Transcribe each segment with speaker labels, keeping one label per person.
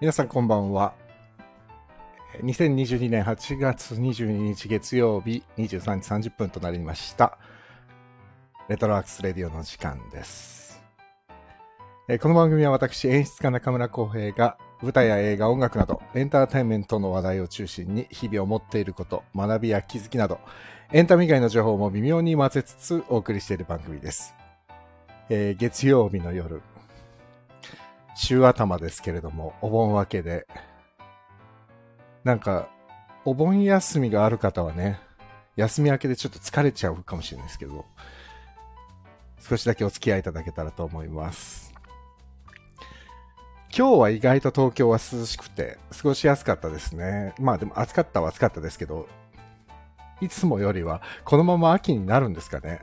Speaker 1: 皆さんこんばんは。えー2022年8月22日月曜日23時30分となりました。レトロワークスレディオの時間です。えーこの番組は私、演出家中村浩平が舞台や映画、音楽などエンターテインメントの話題を中心に日々思っていること、学びや気づきなどエンタメ以外の情報も微妙に混ぜつつお送りしている番組です。えー月曜日の夜、週頭ですけれども、お盆明けで、なんか、お盆休みがある方はね、休み明けでちょっと疲れちゃうかもしれないですけど、少しだけお付き合いいただけたらと思います。今日は意外と東京は涼しくて、過ごしやすかったですね。まあでも暑かったは暑かったですけど、いつもよりは、このまま秋になるんですかね。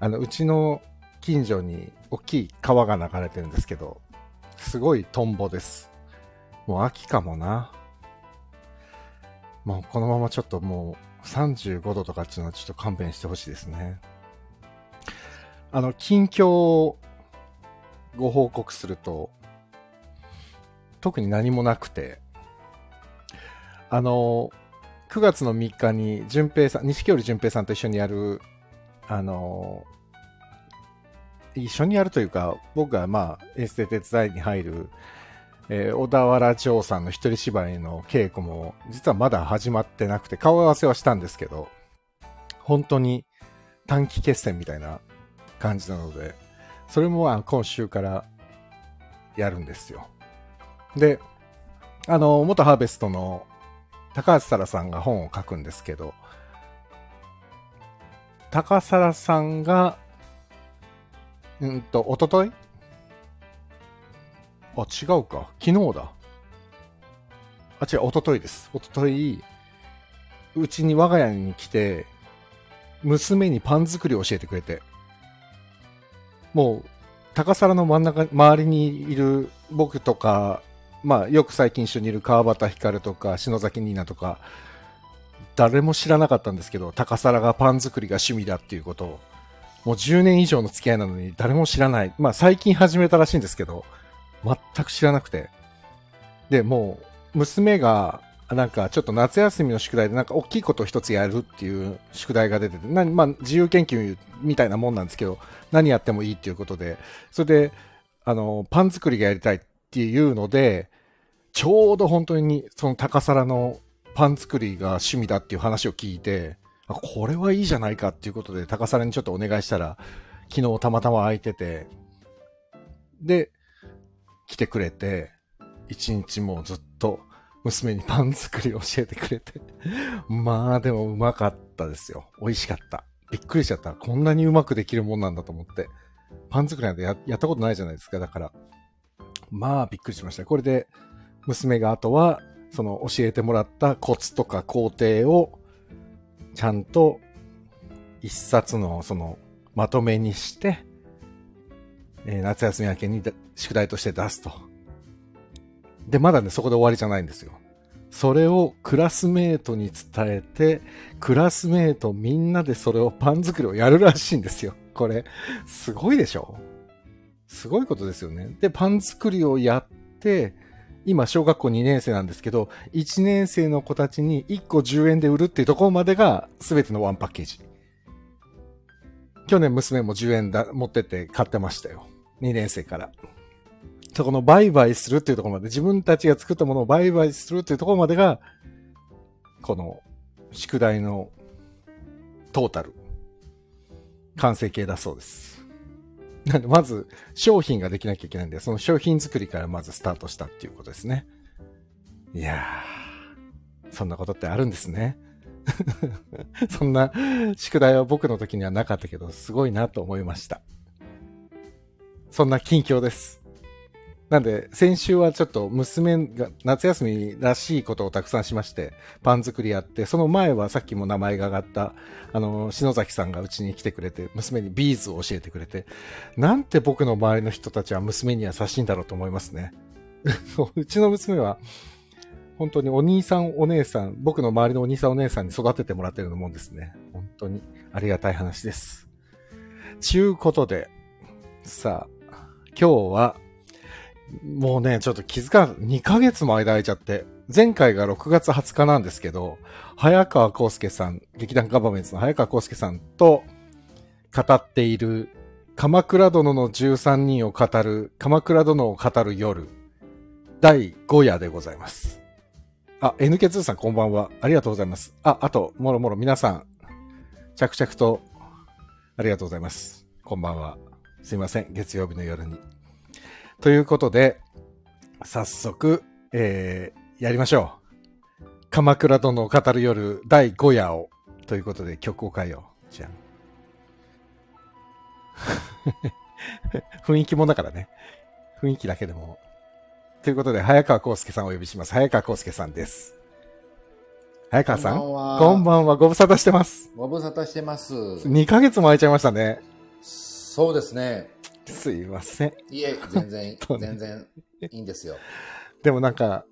Speaker 1: あの、うちの近所に大きい川が流れてるんですけど、すごいトンボです。もう秋かもな。もうこのままちょっともう35度とかっていうのはちょっと勘弁してほしいですね。あの、近況をご報告すると、特に何もなくて、あの、9月の3日に順平さん、錦織順平さんと一緒にやる、あの、一緒にやるというか、僕がまあ、エステ手伝いに入る、えー小田原城さんの一人芝居の稽古も、実はまだ始まってなくて、顔合わせはしたんですけど、本当に短期決戦みたいな感じなので、それもあの今週からやるんですよ。で、あの、元ハーベストの高橋沙羅さんが本を書くんですけど、高沙羅さんが、うんと、おとといあ、違うか。昨日だ。あ、違う、おとといです。おととい、うちに我が家に来て、娘にパン作りを教えてくれて、もう、高皿の真ん中、周りにいる僕とか、まあ、よく最近一緒にいる川端光とか、篠崎ニーナとか、誰も知らなかったんですけど、高皿がパン作りが趣味だっていうことを、もう10年以上の付き合いなのに誰も知らない。まあ、最近始めたらしいんですけど、全く知らなくて。で、もう、娘が、なんか、ちょっと夏休みの宿題で、なんか、大きいことを一つやるっていう宿題が出てて、なまあ、自由研究みたいなもんなんですけど、何やってもいいっていうことで、それで、あの、パン作りがやりたいっていうので、ちょうど本当に、その高皿のパン作りが趣味だっていう話を聞いて、あこれはいいじゃないかっていうことで、高皿にちょっとお願いしたら、昨日たまたま空いてて、で、来てくれて、一日もうずっと娘にパン作りを教えてくれて。 まあでもうまかったですよ。美味しかった。びっくりしちゃった。こんなにうまくできるもんなんだと思って。パン作りなんてややったことないじゃないですか。だから。まあびっくりしました。これで娘があとは、その教えてもらったコツとか工程をちゃんと一冊のそのまとめにして、えー夏休み明けにだ宿題として出すと。で、まだね、そこで終わりじゃないんですよ。それをクラスメートに伝えて、クラスメートみんなでそれをパン作りをやるらしいんですよ。これ、すごいでしょすごいことですよね。で、パン作りをやって、今、小学校2年生なんですけど、1年生の子たちに1個10円で売るっていうところまでが全てのワンパッケージ。去年娘も10円だ持ってって買ってましたよ。2年生から。そこの売買するっていうところまで、自分たちが作ったものを売買するっていうところまでが、この宿題のトータル、完成形だそうです。なんで、まず商品ができなきゃいけないんで、その商品作りからまずスタートしたっていうことですね。いやー、そんなことってあるんですね。 そんな宿題は僕の時にはなかったけど、すごいなと思いました。そんな近況です。なんで、先週はちょっと娘が夏休みらしいことをたくさんしまして、パン作りやって、その前はさっきも名前が挙がった、あの、篠崎さんがうちに来てくれて、娘にビーズを教えてくれて、なんて僕の周りの人たちは娘に優しいんだろうと思いますね。 うちの娘は、本当にお兄さんお姉さん、僕の周りのお兄さんお姉さんに育ててもらってるようなもんですね。本当にありがたい話です。ちゅうことで、さあ、今日はもうね、ちょっと気づか、2ヶ月も間空いちゃって、前回が6月20日なんですけど、早川康介さん、劇団ガバメンツの早川康介さんと語っている、鎌倉殿の13人を語る、鎌倉殿を語る夜、第5夜でございます。あ、NK2 さんこんばんは。ありがとうございます。あ、あと、もろもろ皆さん、着々と、ありがとうございます。こんばんは。すいません。月曜日の夜に。ということで、早速、えー、やりましょう。鎌倉殿を語る夜第5夜を。ということで曲を変えよう。じゃあ。 雰囲気もんだからね。雰囲気だけでも。ということで、早川康介さんをお呼びします。早川康介さんです。早川さん、
Speaker 2: は
Speaker 1: こん
Speaker 2: んは。
Speaker 1: ばんは。ご無沙汰してます。
Speaker 2: ご無沙汰してます。
Speaker 1: 2ヶ月も空いちゃいましたね。
Speaker 2: そうですね。
Speaker 1: すいません。
Speaker 2: いえ、全 然
Speaker 1: 当、に
Speaker 2: 全然いい んですよ。
Speaker 1: でもなんか、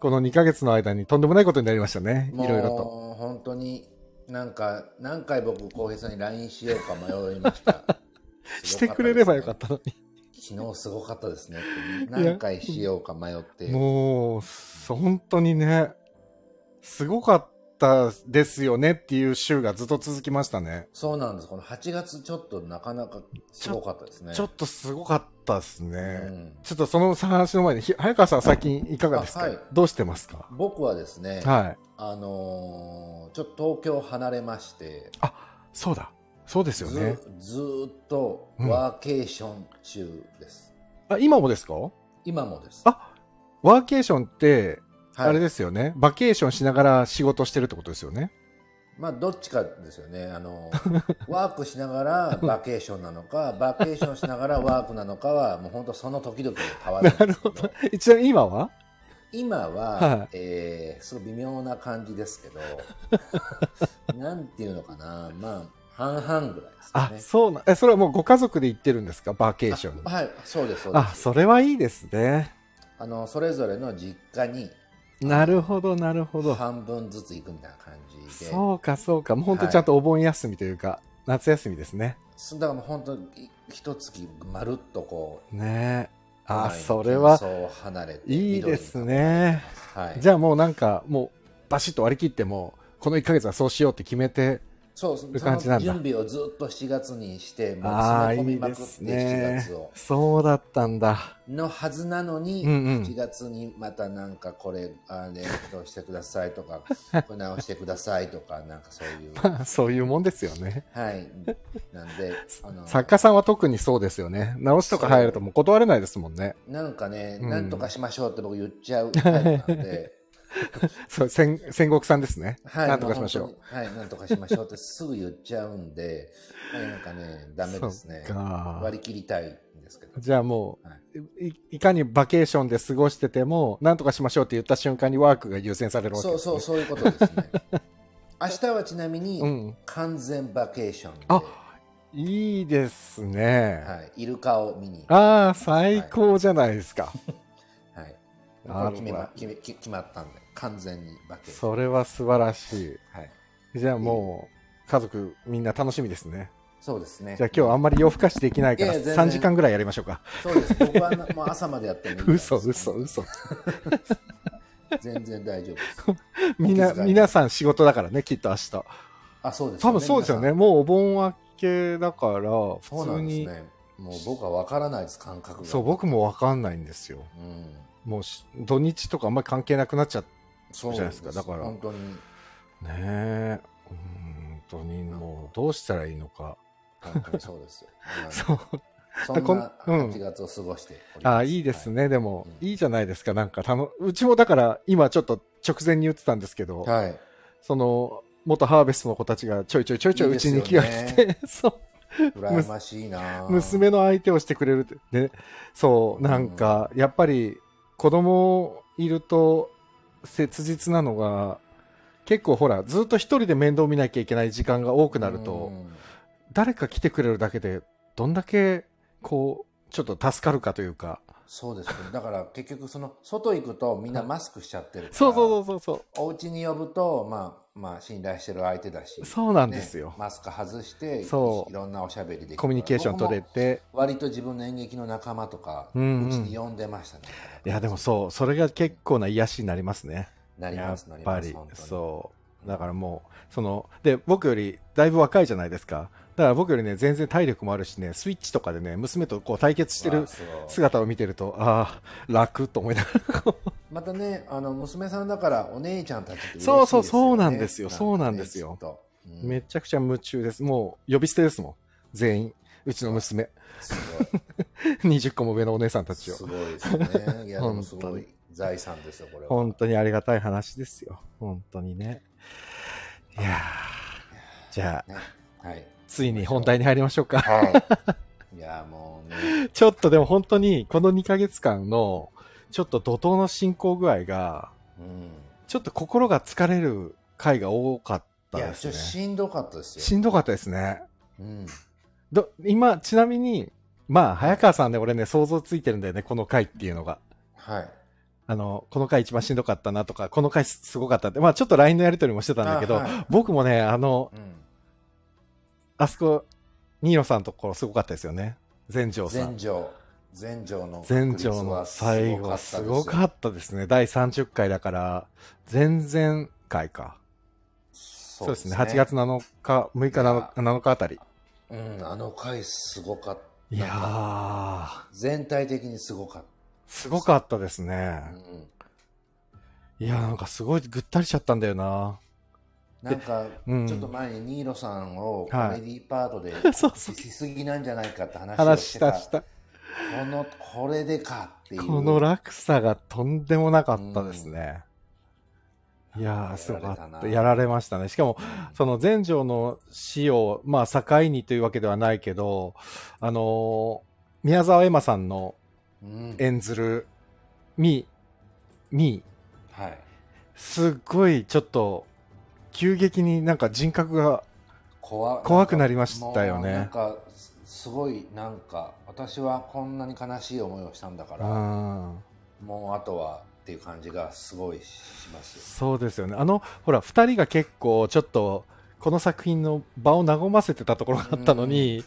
Speaker 1: この2ヶ月の間にとんでもないことになりましたね。い
Speaker 2: もう
Speaker 1: ろいろと。
Speaker 2: 本当に、なんか、何回僕、浩平さんに LINE しようか迷い ました。
Speaker 1: してくれればよかったたの
Speaker 2: ですね。昨日すごかったですね。
Speaker 1: いや
Speaker 2: 何回しようか迷って
Speaker 1: に。。もう、そ本当にね、すごかったですよねっていう週がずっと続きましたね。
Speaker 2: そうなんです。この8月ちょっとなかなかすごかったですね。
Speaker 1: ちょっとすごかったですね。
Speaker 2: うん
Speaker 1: ちょっとその話の前に、ひ早川さんは最近いかがですか、
Speaker 2: あはい
Speaker 1: どうしてますか
Speaker 2: 僕はですね、
Speaker 1: はい。
Speaker 2: あのーちょっと東京離れまして、
Speaker 1: そうだ。そうですよね。
Speaker 2: ずずーっとワーケーション中です、
Speaker 1: あ、今もですか
Speaker 2: 今もです
Speaker 1: あワーケーションって、
Speaker 2: はい
Speaker 1: あれですよね。バケーションしながら仕事してるってことですよね。
Speaker 2: まあどっちかですよねあのワークしながらバケーションなのかバケーションしながらワークなのかはもう本当その時々で変わるんです
Speaker 1: な
Speaker 2: け
Speaker 1: る
Speaker 2: ど
Speaker 1: ほど。一応今は
Speaker 2: 今は、
Speaker 1: はい
Speaker 2: えーすごい微妙な感じですけど なんていうのかなまあ半々ぐらいですか
Speaker 1: あ、
Speaker 2: ね
Speaker 1: そうな、え、それはもうご家族で行ってるんですかバーケーションに。
Speaker 2: はいそうですそうです
Speaker 1: あ、それはいいですね。
Speaker 2: あのそれぞれの実家に
Speaker 1: なるほど、なるほど。
Speaker 2: 半分ずつ行くみたいな感じで
Speaker 1: そうか、そうか。もう本当ちゃんとお盆休みというか、夏休みですね。
Speaker 2: そうだからもう本当に一月まるっとこう
Speaker 1: ねえ。
Speaker 2: 都
Speaker 1: あ、
Speaker 2: 内に
Speaker 1: それは
Speaker 2: 喧騒を離れて
Speaker 1: いいです、ね。
Speaker 2: 緑に囲まれてはい、
Speaker 1: じゃあもうなんか、もうバシッと割り切ってもう、この1ヶ月はそうしようって決めて、
Speaker 2: そうそ
Speaker 1: いう感じなんだ
Speaker 2: その準備をずっと4月にしてもう
Speaker 1: ああ、
Speaker 2: 詰め
Speaker 1: い
Speaker 2: 込み
Speaker 1: い
Speaker 2: ま
Speaker 1: で
Speaker 2: くって
Speaker 1: す
Speaker 2: 7
Speaker 1: ね
Speaker 2: 月を。
Speaker 1: そうだったんだ。
Speaker 2: のはずなのに、
Speaker 1: うんうん
Speaker 2: 7月にまたなんかこれあれどうしてください とかこれ直してくださいとかなんかそういう
Speaker 1: まあ、そういうもんですよね。
Speaker 2: はいなん であの
Speaker 1: 作家さんは特にそうですよね。直しとか入るともう断れないですもんね。
Speaker 2: なんかね、
Speaker 1: うん
Speaker 2: なんとかしましょうって僕言っちゃうタイプなんで。
Speaker 1: そう、戦、戦国さんですね。
Speaker 2: はい、
Speaker 1: なんとかしましょう
Speaker 2: も。本当に。はい、なんとかしましょうってすぐ言っちゃうんで、 はい、なんかね、ダメですね。
Speaker 1: そっか
Speaker 2: 割り切りたいんですけど。
Speaker 1: じゃあもう、、
Speaker 2: はい
Speaker 1: いかにバケーションで過ごしてても、なんとかしましょうって言った瞬間にワークが優先されるわけ
Speaker 2: そう
Speaker 1: です、
Speaker 2: そ
Speaker 1: ね。
Speaker 2: う、そういうことですね。 明日はちなみに、
Speaker 1: うん。
Speaker 2: 完全バケーションで、
Speaker 1: あいいですね。
Speaker 2: はい、イルカを見に。は
Speaker 1: ああ、最高じゃないですか。
Speaker 2: い。
Speaker 1: なるほど
Speaker 2: 決めま決め決決まったんで、完全にバケーション。
Speaker 1: それは素晴らし
Speaker 2: はい。
Speaker 1: い。じゃあもう、家族みんな楽しみですね。
Speaker 2: そうですね。
Speaker 1: じゃあ今日はあんまり夜更かしできないから
Speaker 2: いやいや全
Speaker 1: 3
Speaker 2: 然
Speaker 1: 時間ぐらいやりましょうか。
Speaker 2: そうです。僕はなもう朝までやってもいいぐらいです
Speaker 1: 嘘嘘。嘘。
Speaker 2: 全然大丈夫です。
Speaker 1: みんな、皆さん仕事だからね、きっと明日。
Speaker 2: あ、そうです、
Speaker 1: 多分そうですよね。。もうお盆明けだから、
Speaker 2: そう
Speaker 1: 普
Speaker 2: な
Speaker 1: 通
Speaker 2: んで
Speaker 1: に。
Speaker 2: すね。もう僕は分からないです、感覚が。
Speaker 1: そう、僕もわかんないんですよ。
Speaker 2: うん。
Speaker 1: もうし土日とかあんまり関係なくなっちゃっ
Speaker 2: そう
Speaker 1: じゃないですかだから
Speaker 2: 本当に。
Speaker 1: ねえうーん本当にもうどうしたらいいのか
Speaker 2: 本当にそ うですよ。
Speaker 1: そう
Speaker 2: そん
Speaker 1: こん
Speaker 2: な
Speaker 1: うん
Speaker 2: 8月を過ごしております。
Speaker 1: あいいですね、でも、
Speaker 2: うん
Speaker 1: いいじゃないですかなんかたのうちもだから今ちょっと直前に言ってたんですけど、
Speaker 2: はい。はい。
Speaker 1: その元ハーベストの子たちがちょいちょいちょいちょいうちに来が来て、
Speaker 2: い
Speaker 1: そ
Speaker 2: 羨ましいな
Speaker 1: う。娘の相手をしてくれるってねそうなんかやっぱり子供いると切実なのが結構ほらずっと一人で面倒見なきゃいけない時間が多くなると、
Speaker 2: うん
Speaker 1: 誰か来てくれるだけでどんだけこうちょっと助かるかというか
Speaker 2: そうですねだから結局その外行くとみんなマスクしちゃってるから
Speaker 1: そうそうそうそう
Speaker 2: お家に呼ぶとまあまあ信頼してる相手だし
Speaker 1: そうそうなんですよ、
Speaker 2: ねマスク外して
Speaker 1: そう
Speaker 2: いろんなおしゃべりできる
Speaker 1: コミュニケーション取れ
Speaker 2: 僕も
Speaker 1: て
Speaker 2: 割と自分の演劇の仲間とかうち
Speaker 1: うんうん
Speaker 2: に呼んでましたね
Speaker 1: いやでもそうそれが結構な癒しになりますね
Speaker 2: なり
Speaker 1: や
Speaker 2: ますな
Speaker 1: っ
Speaker 2: り
Speaker 1: ぱ
Speaker 2: ま
Speaker 1: り
Speaker 2: す本当に
Speaker 1: そうだからもうそので僕よりだいぶ若いじゃないですかだから僕よりね全然体力もあるしねスイッチとかでね娘とこう対決して
Speaker 2: わ
Speaker 1: る
Speaker 2: あすごい
Speaker 1: 姿を見てるとああ楽と思いながら
Speaker 2: またねあの娘さんだからお姉ちゃんたちって嬉しいですよ
Speaker 1: そ
Speaker 2: ね
Speaker 1: うそうそうなんですよそうなんですよ
Speaker 2: きっとうん
Speaker 1: めちゃくちゃ夢中ですもう呼び捨てですもん全員うちの娘
Speaker 2: す
Speaker 1: 20個も上のお姉さん
Speaker 2: ご
Speaker 1: た
Speaker 2: い
Speaker 1: ちを
Speaker 2: すごいですねいやでもす
Speaker 1: 本当
Speaker 2: ごい財産ですよこれは
Speaker 1: 本当にありがたい話ですよ本当にねいやーじゃあ
Speaker 2: ねはい
Speaker 1: ついに本題に入りましょうか
Speaker 2: はい。いや、もうね。
Speaker 1: ちょっとでも本当にこの2ヶ月間のちょっと怒涛の進行具合が
Speaker 2: うん。
Speaker 1: ちょっと心が疲れる回が多かった
Speaker 2: い
Speaker 1: で
Speaker 2: や、ち
Speaker 1: す
Speaker 2: ょっ
Speaker 1: ね
Speaker 2: としんどかったです
Speaker 1: し
Speaker 2: よ。
Speaker 1: んどかったですね
Speaker 2: うん。
Speaker 1: ど今ちなみにまあ早川さんね俺ね想像ついてるんだよねこの回っていうのが
Speaker 2: はい。
Speaker 1: あのこの回一番しんどかったなとかこの回すすごかったってまあちょっと LINE のやり取りもしてたんだけど、
Speaker 2: あはい
Speaker 1: 僕もねあの
Speaker 2: うん。
Speaker 1: あそこニーロさんのところすごかったですよね全城さん
Speaker 2: 全場。全場の。
Speaker 1: 全長の最後すごか
Speaker 2: っ
Speaker 1: ったですね第30回だから前々回か
Speaker 2: た。
Speaker 1: そ
Speaker 2: そ
Speaker 1: うですね8月。7日6日
Speaker 2: いや
Speaker 1: 7, 7日あたり
Speaker 2: うん、あの回すごかった。
Speaker 1: いやー
Speaker 2: 全体的にすごかっ
Speaker 1: すごかったですね
Speaker 2: た。うん。
Speaker 1: いやーなんかすごいぐったりしちゃったんだよな
Speaker 2: なんか、
Speaker 1: うん
Speaker 2: ちょっと前にニーロさんをコ
Speaker 1: はい
Speaker 2: メディパートで
Speaker 1: そうそ
Speaker 2: し
Speaker 1: う
Speaker 2: すぎなんじゃないかって話を
Speaker 1: 話
Speaker 2: し
Speaker 1: してた
Speaker 2: た。
Speaker 1: した
Speaker 2: この、これでかっていう。
Speaker 1: この落差がとんでもなかったですね、いやーすごか
Speaker 2: やられ
Speaker 1: ったた
Speaker 2: な
Speaker 1: やられましたねしかも
Speaker 2: うん
Speaker 1: その全城の死を、まあ、境にというわけではないけど、あのー宮沢エマさんの
Speaker 2: うん。
Speaker 1: 演ずる、み、み、
Speaker 2: はい。
Speaker 1: すっごいちょっと、急激になんか人格が、
Speaker 2: 怖
Speaker 1: 怖くなりましたよね
Speaker 2: なんかもうなんかすすごいなんか私はこんなに悲しい思いをしたんだか
Speaker 1: う
Speaker 2: ら、
Speaker 1: ん、
Speaker 2: もうあとはっていう感じがすごいしますよ
Speaker 1: そうですよね。あの、ほら、二人が結構ちょっと、この作品の場を和ませてたところがあったのに、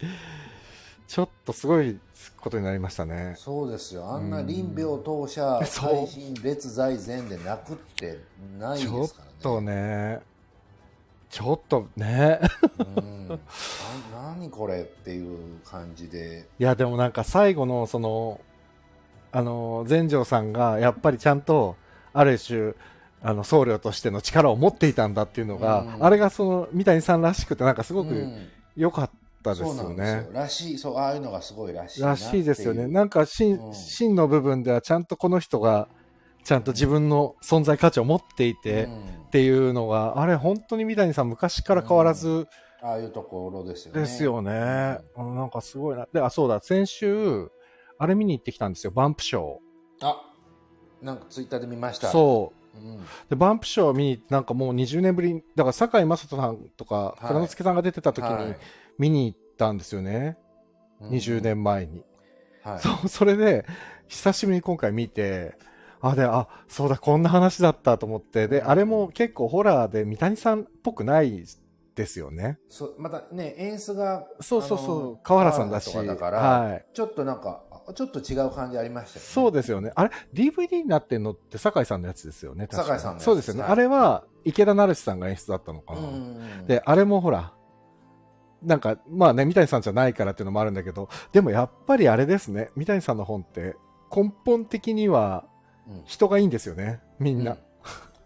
Speaker 1: ちょっとすごいことになりましたね。
Speaker 2: そうですよあんな
Speaker 1: うん
Speaker 2: 臨病当社
Speaker 1: そう
Speaker 2: 最新別財前で泣くってない
Speaker 1: ち
Speaker 2: で
Speaker 1: ょっ
Speaker 2: すからね
Speaker 1: とね、ちょっとね、
Speaker 2: うんあ何これっていう感じで
Speaker 1: いやでもなんか最後のそのあの全城さんがやっぱりちゃんとある種あの僧侶としての力を持っていたんだっていうのが、
Speaker 2: うん
Speaker 1: あれがその三谷さんらしくてなんかすご
Speaker 2: う
Speaker 1: く
Speaker 2: ん
Speaker 1: 良かったです
Speaker 2: そうな
Speaker 1: よ
Speaker 2: んです
Speaker 1: ね
Speaker 2: よ。らしいそうああいうのがすごいらしいな
Speaker 1: ら
Speaker 2: って
Speaker 1: し
Speaker 2: う
Speaker 1: いですよね。なんか真、
Speaker 2: うん
Speaker 1: 真の部分ではちゃんとこの人がちゃんと自分の存在価値を持っていて、
Speaker 2: う
Speaker 1: っ
Speaker 2: ん
Speaker 1: ていうのがあれ本当に三谷さん昔から変わらず、
Speaker 2: ああいうところですよね
Speaker 1: ですよね。うんなんかすごいな。で、あ、そうだ、先週、あれ見に行ってきたんですよ、バンプショ
Speaker 2: あなんかツイッターで見ました
Speaker 1: ー。そう。
Speaker 2: う、うん、
Speaker 1: で、バンプショー見に行って、なんかもう20年ぶりに、だから堺井雅人さんとか、
Speaker 2: い
Speaker 1: 蔵之介さんが出てた時に見に行ったんですよね、
Speaker 2: はい
Speaker 1: 20、年前に。
Speaker 2: うん はい、
Speaker 1: そう、それで、久しぶりに今回見て、あ、で、あ、そうだ、こんな話だったと思って、で、あれも結構ホラーで三谷さんっぽくないですよね。
Speaker 2: そうまたね演出が
Speaker 1: そうそう
Speaker 2: あ
Speaker 1: そ
Speaker 2: の
Speaker 1: う、河原さんだし。
Speaker 2: 河原とかだから、
Speaker 1: はい。
Speaker 2: ちょっとなんかあちょっと違う感じありましたよね
Speaker 1: そうですよね。あれ、DVD になってんのって酒井さんのやつですよね。確か
Speaker 2: 酒井さんのやつ
Speaker 1: そうですよね。
Speaker 2: はい
Speaker 1: あれは、池田成志さんが演出だったのかな。
Speaker 2: うん
Speaker 1: で、あれもほら、なんか、まあね、三谷さんじゃないからっていうのもあるんだけど、でもやっぱりあれですね、三谷さんの本って、根本的には
Speaker 2: うん
Speaker 1: 人がいいんですよね、み
Speaker 2: うん
Speaker 1: な。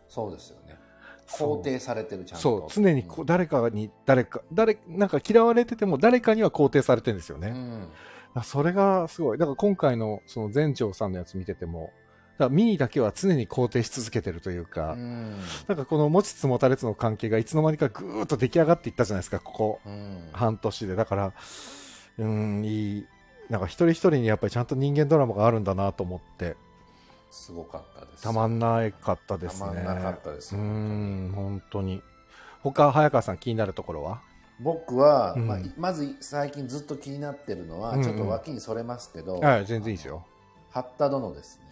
Speaker 2: そうですよね
Speaker 1: そう
Speaker 2: 肯定されてるちゃんと
Speaker 1: そう、常にこう
Speaker 2: う
Speaker 1: 誰かに、誰か、誰、なんか嫌われてても誰かには肯定されてるんですよね。
Speaker 2: んうん
Speaker 1: あそれがすごい。だから今回のその全長さんのやつ見てても、だからミニだけは常に肯定し続けてるというか、
Speaker 2: うん
Speaker 1: なんかこの持ちつ持たれつの関係がいつの間にかぐーっと出来上がっていったじゃないですか、ここ
Speaker 2: うん
Speaker 1: 半年で。だから、うーん、いい。なんか一人一人にやっぱりちゃんと人間ドラマがあるんだなと思って、
Speaker 2: すごかったです
Speaker 1: たまんないかったですね。
Speaker 2: たまんなかったです
Speaker 1: うーん、本当に。他、早川さん気になるところは
Speaker 2: 僕は、
Speaker 1: うん
Speaker 2: まあ、まず最近ずっと気になってるのは、
Speaker 1: うんうん
Speaker 2: ちょっと脇にそれますけど、
Speaker 1: はい、全然いいですよ。
Speaker 2: あの八田殿ですね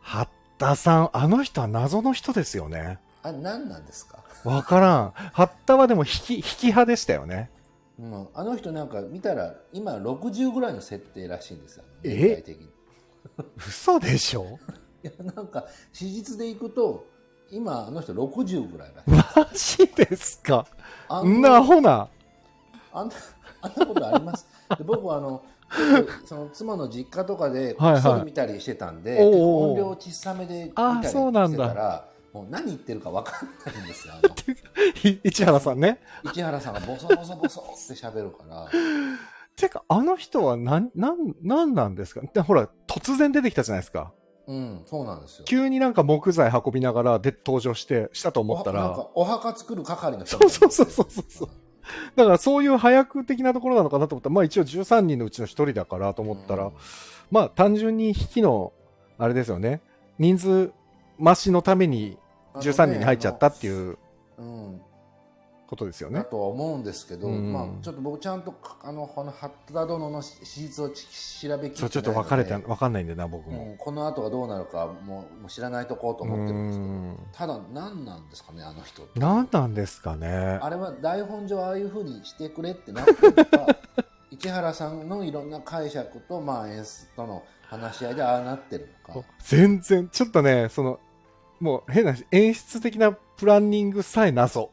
Speaker 1: 八田さん、あの人は謎の人ですよね。
Speaker 2: あ何なんですか、
Speaker 1: わからん。八田はでも引き、引き派でしたよね。
Speaker 2: うん、あの人なんか見たら今60ぐらいの設定らしいんですよ
Speaker 1: え
Speaker 2: 年代的にい
Speaker 1: 嘘でしょ
Speaker 2: やなんか史実でいくと今あの人60ぐらい らしい
Speaker 1: マジですか
Speaker 2: あ
Speaker 1: んなアホな。
Speaker 2: あんな、あんなことあります。で僕はあの、 ちょっとその妻の実家とかで、
Speaker 1: はいはい
Speaker 2: クソで見たりしてたんで、
Speaker 1: おうおう
Speaker 2: 音量小さめで見
Speaker 1: あー
Speaker 2: たりし
Speaker 1: そうなん
Speaker 2: て
Speaker 1: だ
Speaker 2: たら、もう何言ってるか分かんないんですよ。あ の
Speaker 1: い市原さんね。
Speaker 2: 市原さんがボソボソボソって喋るから。
Speaker 1: てか、あの人はなん、なん、なんなんですかでほら、突然出てきたじゃないですか。
Speaker 2: うん、そうなんですよ。
Speaker 1: 急になんか木材運びながらで登場して、したと思った
Speaker 2: おなん
Speaker 1: ら、
Speaker 2: かお墓作る係の人
Speaker 1: そうそうそうそうそう。だからそういう早く的なところなのかなと思ったら、まあ一応13人のうちの一人だからと思ったら、
Speaker 2: うん
Speaker 1: まあ単純に引きの、あれですよね、人数増しのために13人に入っちゃったって
Speaker 2: う。
Speaker 1: いう
Speaker 2: あのうん、
Speaker 1: ことですよ
Speaker 2: だ
Speaker 1: ね。
Speaker 2: とは思うんですけど、
Speaker 1: うん
Speaker 2: まあ、ちょっと僕ちゃんとあのこの八田殿の史実をち調べきってないので
Speaker 1: そう、ちょっと分かれた、分かんないんだよな、僕も。
Speaker 2: もうこの後がどうなるかもうもう知らないとこうと
Speaker 1: う
Speaker 2: 思ってるんですけど
Speaker 1: ん。
Speaker 2: ただ何なんですかねあの人って
Speaker 1: 何なんですかね。
Speaker 2: あれは台本上ああいうふうにしてくれってなってるのか市原さんのいろんな解釈と、まあ、演出との話し合いでああなってるのか
Speaker 1: 全然、ちょっとね、その、もう変な話演出的なプランニングさえ謎。、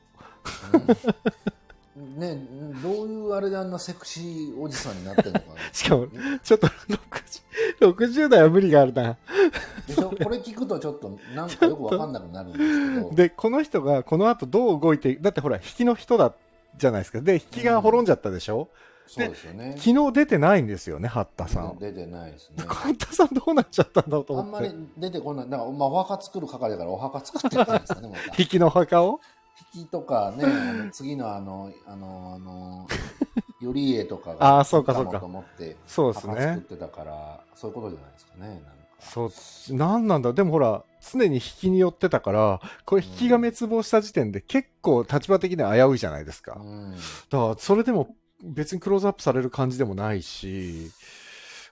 Speaker 2: うんねどういうあれであんなセクシーおじさんになってるのかな
Speaker 1: しかも、ちょっと60、60代は無理があるな。
Speaker 2: でしょこれ聞くとちょっとなんかよくわかんなくなるんですけど
Speaker 1: でこの人がこの後どう動いてだってほら引きの人だじゃないですかで引きが滅んじゃったでしょ、
Speaker 2: そうですよね
Speaker 1: 昨日出てないんですよね八田さん
Speaker 2: 出てないですね
Speaker 1: 八田さんどうなっちゃったんだろうと
Speaker 2: あ
Speaker 1: 思っ
Speaker 2: ん
Speaker 1: て
Speaker 2: まり出てこないだから、まあ、お墓作る係だからお墓作ってるんじゃないですかねまた
Speaker 1: 引きの墓を
Speaker 2: 引きとかね、あの次のあの、あの、あの、頼家とか
Speaker 1: あ
Speaker 2: が、
Speaker 1: あそうかそう
Speaker 2: も
Speaker 1: か
Speaker 2: と思って、
Speaker 1: そうです
Speaker 2: 墓作っ
Speaker 1: ね
Speaker 2: てたから、そういうことじゃないですかね、なんか。
Speaker 1: そう何なんだでもほら常に引きに寄ってたからこれ引きが滅亡した時点で結構立場的には危ういじゃないですか、
Speaker 2: うん。
Speaker 1: だからそれでも別にクローズアップされる感じでもないし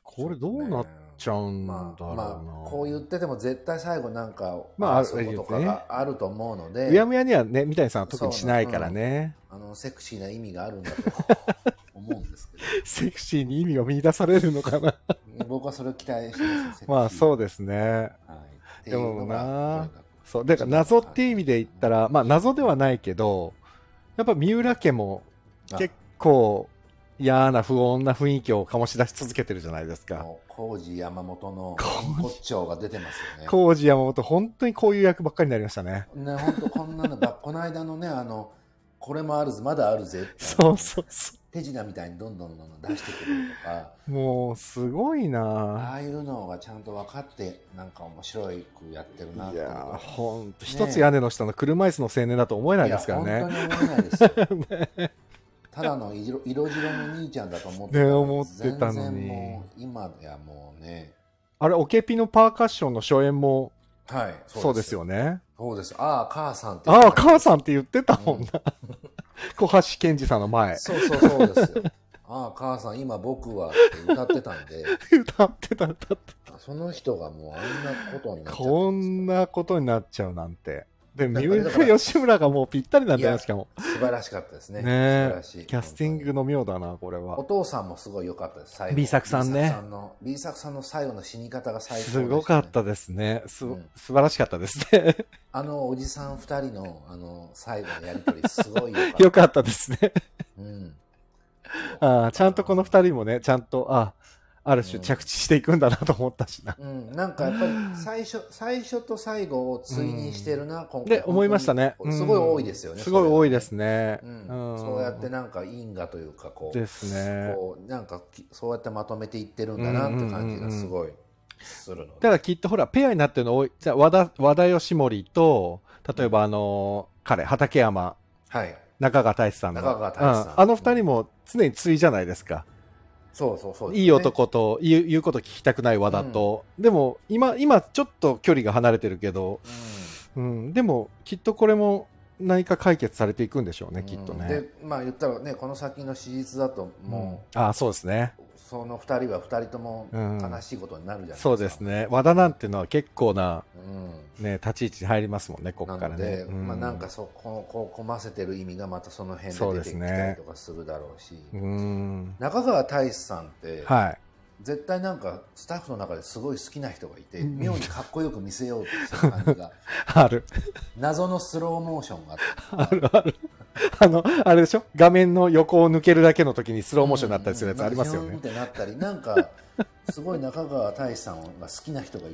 Speaker 1: これどうなっち
Speaker 2: ゃ
Speaker 1: ゃうんだろ
Speaker 2: まあ、
Speaker 1: うな、
Speaker 2: まあ、こう言ってても絶対最後なんか、
Speaker 1: まあ
Speaker 2: まあ、そうとか
Speaker 1: あるよね
Speaker 2: があると思うので、
Speaker 1: うやむやにはね、三谷さんは特にしないからね、
Speaker 2: あの、セクシーな意味があるんだと思うんですけ
Speaker 1: セクシーに意味が見出されるのか な。
Speaker 2: ど、僕はそれを期待してますね
Speaker 1: まあそう
Speaker 2: で
Speaker 1: ですね。
Speaker 2: す。はい。
Speaker 1: でもな
Speaker 2: っていうのが
Speaker 1: そう。だから謎っていう意味で言ったら、まあ謎ではないけど、やっぱ三浦家も
Speaker 2: あ
Speaker 1: 結構嫌な不穏な雰囲気を醸し出し続けてるじゃないですか。
Speaker 2: もう工事山本の骨頂が出てますよね。
Speaker 1: 工事山本、本当にこういう役ばっかりになりましたね。
Speaker 2: ね、本当こんなのば、この間のね、あの、これもあるぜ、まだあるぜって、
Speaker 1: そうそうそ
Speaker 2: 手品みたいにどんどんどんどん出してくるとか、
Speaker 1: う。もうすごい
Speaker 2: あ
Speaker 1: な
Speaker 2: あいうのがちゃんと分かって、なんか面白いくやってるなっ
Speaker 1: い
Speaker 2: ていう
Speaker 1: や
Speaker 2: のが
Speaker 1: ーほんと、一つ屋根の下の車椅子の青年だと思えないですから
Speaker 2: いや
Speaker 1: ね。
Speaker 2: 本当に思えないですよ。 ただの色色白の兄ちゃんだと思って
Speaker 1: ね思ってたのに
Speaker 2: 全然もう、今やもうね、
Speaker 1: あれ、オケピのパーカッションの初演も
Speaker 2: はい、
Speaker 1: そうですよね。
Speaker 2: そうです。ああ、母さんって言って
Speaker 1: ああ、
Speaker 2: た
Speaker 1: 母さんって言ってたもんな。 小橋健二さんの前、
Speaker 2: そうそうそう ですよ。ああ、母さん、今僕はって歌ってたんで。
Speaker 1: 歌ってた、歌って
Speaker 2: その人がもうあんなことに
Speaker 1: た。
Speaker 2: なっちゃっ
Speaker 1: こ
Speaker 2: たん
Speaker 1: ん
Speaker 2: で
Speaker 1: なことになっちゃうなんて。で、
Speaker 2: だ
Speaker 1: 三
Speaker 2: からだから
Speaker 1: 浦吉村がもうぴったりなんだ
Speaker 2: い
Speaker 1: よ、
Speaker 2: や
Speaker 1: しかも。
Speaker 2: す素晴らしかったです
Speaker 1: ね
Speaker 2: ね。素晴
Speaker 1: え
Speaker 2: らしい。
Speaker 1: キャスティングの妙だな、これ
Speaker 2: 本当に。
Speaker 1: は
Speaker 2: お。父さんもすごい良かったです、最後。
Speaker 1: B 作さんね
Speaker 2: B 作さんの、B 作さんの最後の死に方が最高でした
Speaker 1: す
Speaker 2: ね
Speaker 1: ごかっ。たですね。す
Speaker 2: うん
Speaker 1: 素晴らしかったですね。
Speaker 2: あのおじさん二人の、あの、最後のやりとり、すごい良かっ た。
Speaker 1: よかったですね。
Speaker 2: うん。
Speaker 1: あーちゃんとこの二人もね、ちゃんと、あ、ある種
Speaker 2: うん
Speaker 1: 着地していくんだなと思ったしな。
Speaker 2: うん、なんかやっぱり最初最初と最後を追認してるな、今回
Speaker 1: で、思いましたね。
Speaker 2: すごい多いですよね、
Speaker 1: すごい多いです
Speaker 2: ね
Speaker 1: ね。
Speaker 2: うん
Speaker 1: ん
Speaker 2: そうやってなんか因果というかこう
Speaker 1: ですね
Speaker 2: こうなんかきそうやってまとめていってるんだなって感じがすごいするので、
Speaker 1: だからきっとほらペアになってるの多いじゃあ和田和田義盛と例えばあのー彼畠山
Speaker 2: はい
Speaker 1: 中川大志さんの
Speaker 2: 中川大志さん
Speaker 1: うんあの二人も常に対じゃないですか、
Speaker 2: そうそうそうですね、
Speaker 1: いい男と言う言うこと聞きたくない和田と、でも今今ちょっと距離が離れてるけど、うん、でもきっとこれも何か解決されていくんでしょう
Speaker 2: う
Speaker 1: ね
Speaker 2: ん
Speaker 1: きっと
Speaker 2: うん
Speaker 1: ね、
Speaker 2: でまあ言ったらねこの先の史実だと
Speaker 1: うん
Speaker 2: も
Speaker 1: ああそうですね
Speaker 2: う、その2人は2人とも
Speaker 1: うん
Speaker 2: 悲しいことになるじゃないですか、
Speaker 1: そうですね。和田なんてのは結構な、
Speaker 2: う
Speaker 1: ね、立ち位置に入りますもんね、こ
Speaker 2: ん、
Speaker 1: こ
Speaker 2: な
Speaker 1: から
Speaker 2: の
Speaker 1: ね。
Speaker 2: で、
Speaker 1: う
Speaker 2: まあ、なんかそこをこう困ませてる意味がまたその辺
Speaker 1: そう
Speaker 2: で
Speaker 1: で
Speaker 2: 出て
Speaker 1: す
Speaker 2: き
Speaker 1: ね
Speaker 2: たりとかするだろうし
Speaker 1: うーん。
Speaker 2: 中川大志さんって、
Speaker 1: はい。
Speaker 2: 絶対なんかスタッフの中ですごい好きな人がいて
Speaker 1: うん
Speaker 2: 妙にかっこよく見せようとした感じ が
Speaker 1: ある。
Speaker 2: 謎のスローモーションがあっ
Speaker 1: あ
Speaker 2: て
Speaker 1: るある。 あの、あれでしょ画面の横を抜けるだけの時にスローモーションになったりするやつありますよ
Speaker 2: うん
Speaker 1: ね
Speaker 2: なん。かヒューンってなったりなんかすごい中川大志さんが好きな人がい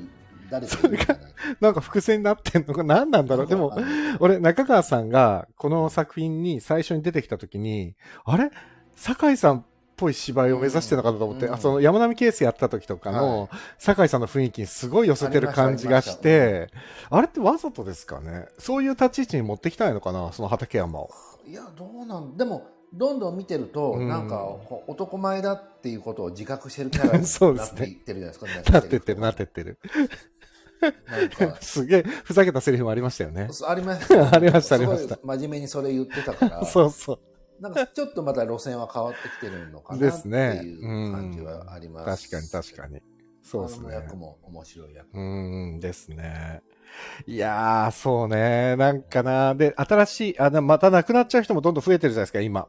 Speaker 2: 誰かいるんじゃない
Speaker 1: なんか伏線になってんのか何なんだろう。でも、俺、中川さんがこの作品に最初に出てきた時に、あれ酒井さんっぽい芝居を目指してるのかなと思って、
Speaker 2: うん
Speaker 1: あその山並ケースやった時とかの、酒井さんの雰囲気にすごい寄せてる感じがして、あれってわざとですかねそういう立ち位置に持ってきたいのかなその畠山 を。
Speaker 2: いやどうなんでもどんどん見てると、
Speaker 1: うん
Speaker 2: なんかこう男前だっていうことを自覚してるキャラ
Speaker 1: そう
Speaker 2: に
Speaker 1: で
Speaker 2: なっ
Speaker 1: すね
Speaker 2: ていってるじゃないです か
Speaker 1: なってってる、なってってる。
Speaker 2: なんか
Speaker 1: すげえ、ふざけたセリフもありましたよね。
Speaker 2: そうありましたよね、
Speaker 1: ありましたありました
Speaker 2: すごい真面目にそれ言ってたか ら
Speaker 1: そうそう。
Speaker 2: なんかちょっとまた路線は変わってきてるのかな
Speaker 1: で
Speaker 2: って
Speaker 1: すね
Speaker 2: いう感じはあります。
Speaker 1: 確かに確か
Speaker 2: に。
Speaker 1: に。そうです
Speaker 2: あの
Speaker 1: ね。
Speaker 2: 役も面白い役。
Speaker 1: うーんですね。いやー、そうね。なんかな。で、新しい、あ、なまた亡くなっちゃう人もどんどん増えてるじゃないですか、今。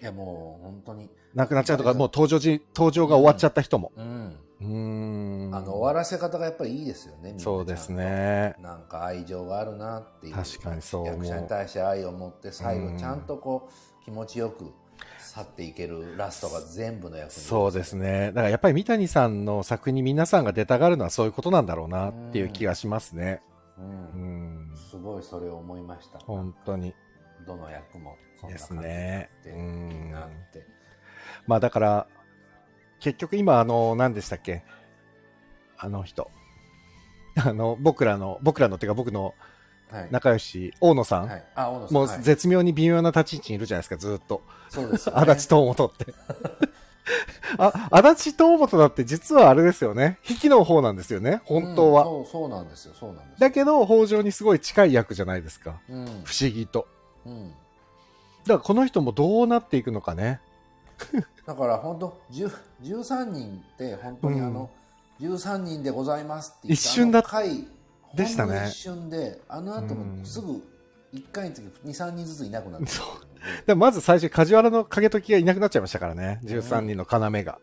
Speaker 2: いやもう本当に、
Speaker 1: 亡くなっちゃうとか、もう登場時、登場が終わっちゃった人も。
Speaker 2: うん、
Speaker 1: うーん。
Speaker 2: あの終わらせ方がやっぱりいいですよね。みんな
Speaker 1: そうです。ね。
Speaker 2: なんか愛情があるなっていう。
Speaker 1: 確かにそう
Speaker 2: 役者に対して愛を持って最
Speaker 1: うん
Speaker 2: 後ちゃんとこう気持ちよく去っていけるラストが全部の役に
Speaker 1: そうですね。だからやっぱり三谷さんの作品に皆さんが出たがるのはそういうことなんだろうなっていう気がしますね。
Speaker 2: う。
Speaker 1: うんん。
Speaker 2: すごいそれを思いました。
Speaker 1: 本当に。
Speaker 2: どの役もそんな
Speaker 1: です
Speaker 2: 感じになっ
Speaker 1: ね
Speaker 2: て、い
Speaker 1: うん
Speaker 2: いなって。
Speaker 1: まあだから、結局今、あの、何でしたっけあの人。あの、僕らの、僕らのっていうか僕の
Speaker 2: はい。
Speaker 1: 仲良し、大野さん。
Speaker 2: はい。あ、大野さん。
Speaker 1: もう
Speaker 2: はい
Speaker 1: 絶妙に微妙な立ち位置にいるじゃないですか、ずーっ と。
Speaker 2: そうですよね
Speaker 1: 足立東本って。 あ、足立東本だって実はあれですよね。引きの方なんですよね、本当は。
Speaker 2: うんそうそうなんですよそうなんです
Speaker 1: だけど、北条にすごい近い役じゃないですか。
Speaker 2: うん
Speaker 1: 不思議と。
Speaker 2: うん
Speaker 1: だからこの人もどうなっていくのかね。
Speaker 2: だから本当十13人って本当にあの、13人でございますって言って
Speaker 1: 一瞬だ
Speaker 2: あの回
Speaker 1: でしたね
Speaker 2: ほんの一瞬であの後
Speaker 1: うん
Speaker 2: もすぐ1回につき23人ずついなくなって
Speaker 1: そうでもまず最初、梶原の影時がいなくなっちゃいましたからね。13人の要が。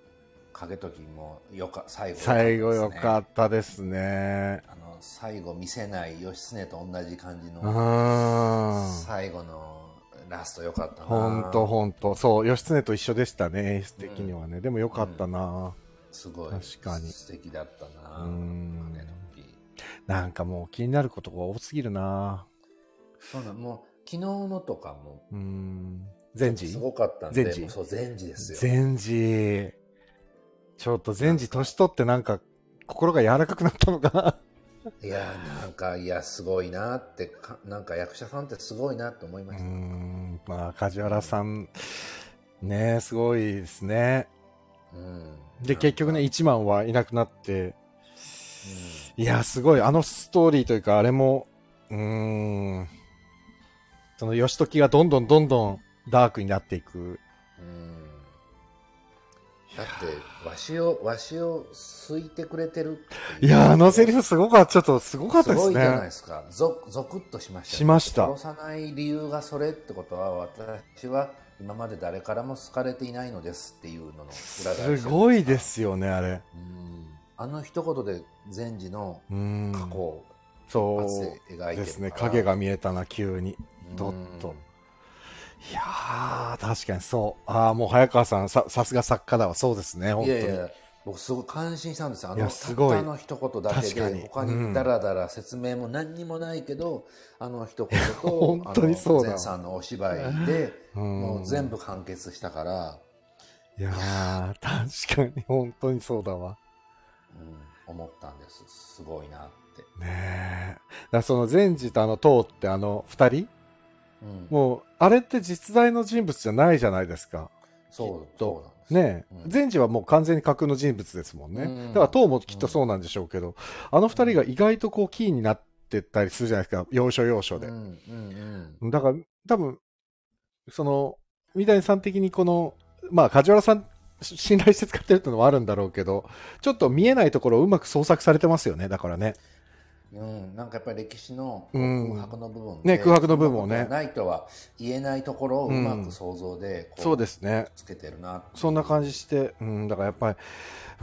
Speaker 2: 影時もよか最後良かったですね
Speaker 1: 最後よかったですね。
Speaker 2: あの最後見せない義経と同じ感じ
Speaker 1: う
Speaker 2: の
Speaker 1: ん。
Speaker 2: 最後のラストよかったな
Speaker 1: ほんとほんと。そう、義経と一緒でしたね、演出的にはね。でもよかったな。
Speaker 2: すごい
Speaker 1: 確かに
Speaker 2: 素敵だったな
Speaker 1: うん
Speaker 2: 影時
Speaker 1: なんかもう気になることが多すぎるな。
Speaker 2: そうなんもう昨日のとかも
Speaker 1: うん。善
Speaker 2: す
Speaker 1: 治
Speaker 2: ごかったんで
Speaker 1: 善治
Speaker 2: もうそう善治ですよ
Speaker 1: 善治。ちょっと善治年取ってなんか心が柔らかくなったのか。
Speaker 2: いやーなんかいやすごいなってかなんか役者さんってすごいなって思いま
Speaker 1: うー
Speaker 2: した、
Speaker 1: ん、まあ、梶原さん、ね、すごいですね。
Speaker 2: うん
Speaker 1: で、結局ね、、一幡はいなくなって、
Speaker 2: う
Speaker 1: いや、すごい、あのストーリーというか、あれも、うーん、その、義時がどんどんどんどんダークになっていく。
Speaker 2: んうんだってわしをわしをすいてくれてるって
Speaker 1: いや、あのセリフすごかった、ちょっとすごかった
Speaker 2: す
Speaker 1: です
Speaker 2: ごいじゃない
Speaker 1: ね
Speaker 2: で。すかゾゾクッとしましたよね
Speaker 1: しました
Speaker 2: 殺さない理由がそれってことは私は今まで誰からも好かれていないのですっていうのの裏返しじゃな
Speaker 1: すごいですよね、あれ。
Speaker 2: うんあの一言で善治の
Speaker 1: うーん。
Speaker 2: 過去を
Speaker 1: そ
Speaker 2: 一発
Speaker 1: う
Speaker 2: で描いてるから
Speaker 1: ですね、影が見えたな、急に。ドッと
Speaker 2: うん
Speaker 1: いやー、確かにそう。ああ、もう早川さん、さ、さすが作家だわ。そうですね、本
Speaker 2: い
Speaker 1: 当に。
Speaker 2: やいや僕すごい感心したんですよあ
Speaker 1: い
Speaker 2: の
Speaker 1: やすごい
Speaker 2: たったの一言だけ
Speaker 1: 確かに
Speaker 2: で他
Speaker 1: うん
Speaker 2: にダラダラ説明も何にもないけど、あの一言と
Speaker 1: 本当にそうだ
Speaker 2: あの前さんのお芝居で
Speaker 1: うん
Speaker 2: もう全部完結したから、
Speaker 1: いやー、確かに、本当にそうだわ。
Speaker 2: うん、思ったんですすごいなって、
Speaker 1: ねえ。だからその善治とあの、唐ってあの、二人
Speaker 2: うん、
Speaker 1: もう、あれって実在の人物じゃないじゃないですか。
Speaker 2: そう
Speaker 1: と
Speaker 2: そうなんです
Speaker 1: ねえ。
Speaker 2: うん
Speaker 1: 善治はもう完全に架空の人物ですもんね。
Speaker 2: うん
Speaker 1: だから唐もきっとそうなんでしょうけど、あの二人が意外とこう、キーになってったりするじゃないですか、要所要所で
Speaker 2: う。んうん
Speaker 1: だから、多分、その、三谷さん的にこの、まあ、梶原さんし信頼して使ってるってのもあるんだろうけど、ちょっと見えないところをうまく創作されてますよね、だからね。
Speaker 2: うん、なんかやっぱり歴史のこ
Speaker 1: うん
Speaker 2: う空白の部分で
Speaker 1: ね空白の部分をね
Speaker 2: そんなことはないとは言えないところをうまく想像でこ
Speaker 1: そうですね。
Speaker 2: つけてるな
Speaker 1: そんな感じして、うん、だからやっぱり、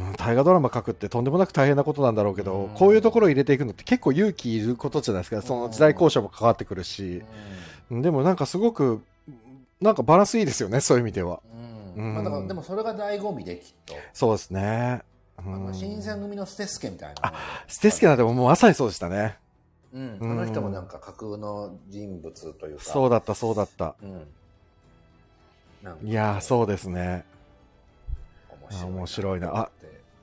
Speaker 1: うん、大河ドラマ書くってとんでもなく大変なことなんだろうけど、
Speaker 2: うん
Speaker 1: こういうところを入れていくのって結構勇気いることじゃないですか、その時代交渉も関わってくるし、でもなんかすごく、なんかバランスいいですよね、そういう意味では。
Speaker 2: うん、うんまあ、だか
Speaker 1: うん
Speaker 2: らでもそれが醍醐味できっと、
Speaker 1: そうですね。う
Speaker 2: あの
Speaker 1: ん、
Speaker 2: 新選組のステスケみたいな
Speaker 1: ステスケなんてもうまさにそうでしたね。
Speaker 2: うん、
Speaker 1: うん
Speaker 2: あの人もなんか架空の人物というか
Speaker 1: そうだった、そうだった。
Speaker 2: うん、なんか
Speaker 1: いやー、そうですね。面白いなあ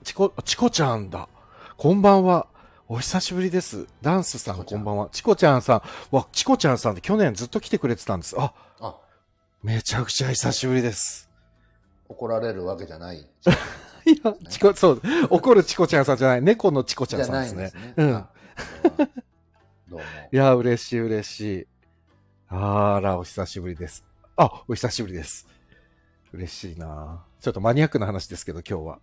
Speaker 1: チコ、チコちゃんだ。こんばんは。お久しぶりです。ダンスさ
Speaker 2: チ
Speaker 1: ん、
Speaker 2: コち
Speaker 1: こ
Speaker 2: ゃん
Speaker 1: んばんは。チコちゃんさん。わ、チコちゃんさんって去年ずっと来てくれてたんです。あ、
Speaker 2: あ
Speaker 1: めちゃくちゃ久しぶりです。
Speaker 2: 怒られるわけじゃない
Speaker 1: いや、チコ、そう、怒るチコちゃんさんじゃない、猫のチコちゃんさんですね。
Speaker 2: じゃないんですね。
Speaker 1: うん
Speaker 2: あこれは どうも。
Speaker 1: いや、嬉しい、嬉しい。あら、お久しぶりです。あ、お久しぶりです。嬉しいなちょっとマニアックな話ですけど、今日は。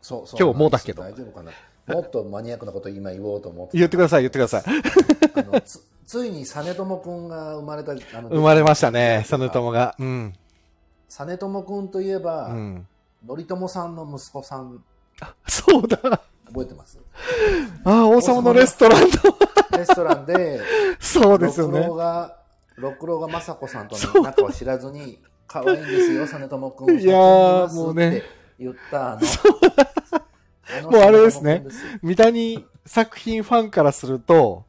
Speaker 2: そうそう
Speaker 1: 今日もうだけど
Speaker 2: 大丈夫かな。もっとマニアックなこと今言おうと思ってた。
Speaker 1: 言ってください、言ってください。
Speaker 2: あのつついに実朝くんが生まれた。あの
Speaker 1: 生まれましたね、実朝。が。うん。
Speaker 2: 実朝くんといえば、
Speaker 1: うん。
Speaker 2: 頼朝さんの息子さん
Speaker 1: そうだ。
Speaker 2: 覚えてます。
Speaker 1: ああ、王様のレストランだ。
Speaker 2: レストランで
Speaker 1: そうですよ
Speaker 2: 六
Speaker 1: ね
Speaker 2: 郎。が六郎が政子さんとの仲を知らずに可愛いんですよ実朝くん。
Speaker 1: いやーもうね
Speaker 2: って言ったあの。あの
Speaker 1: もうあれですね
Speaker 2: 実朝くんよ
Speaker 1: 三谷作品ファンからすると、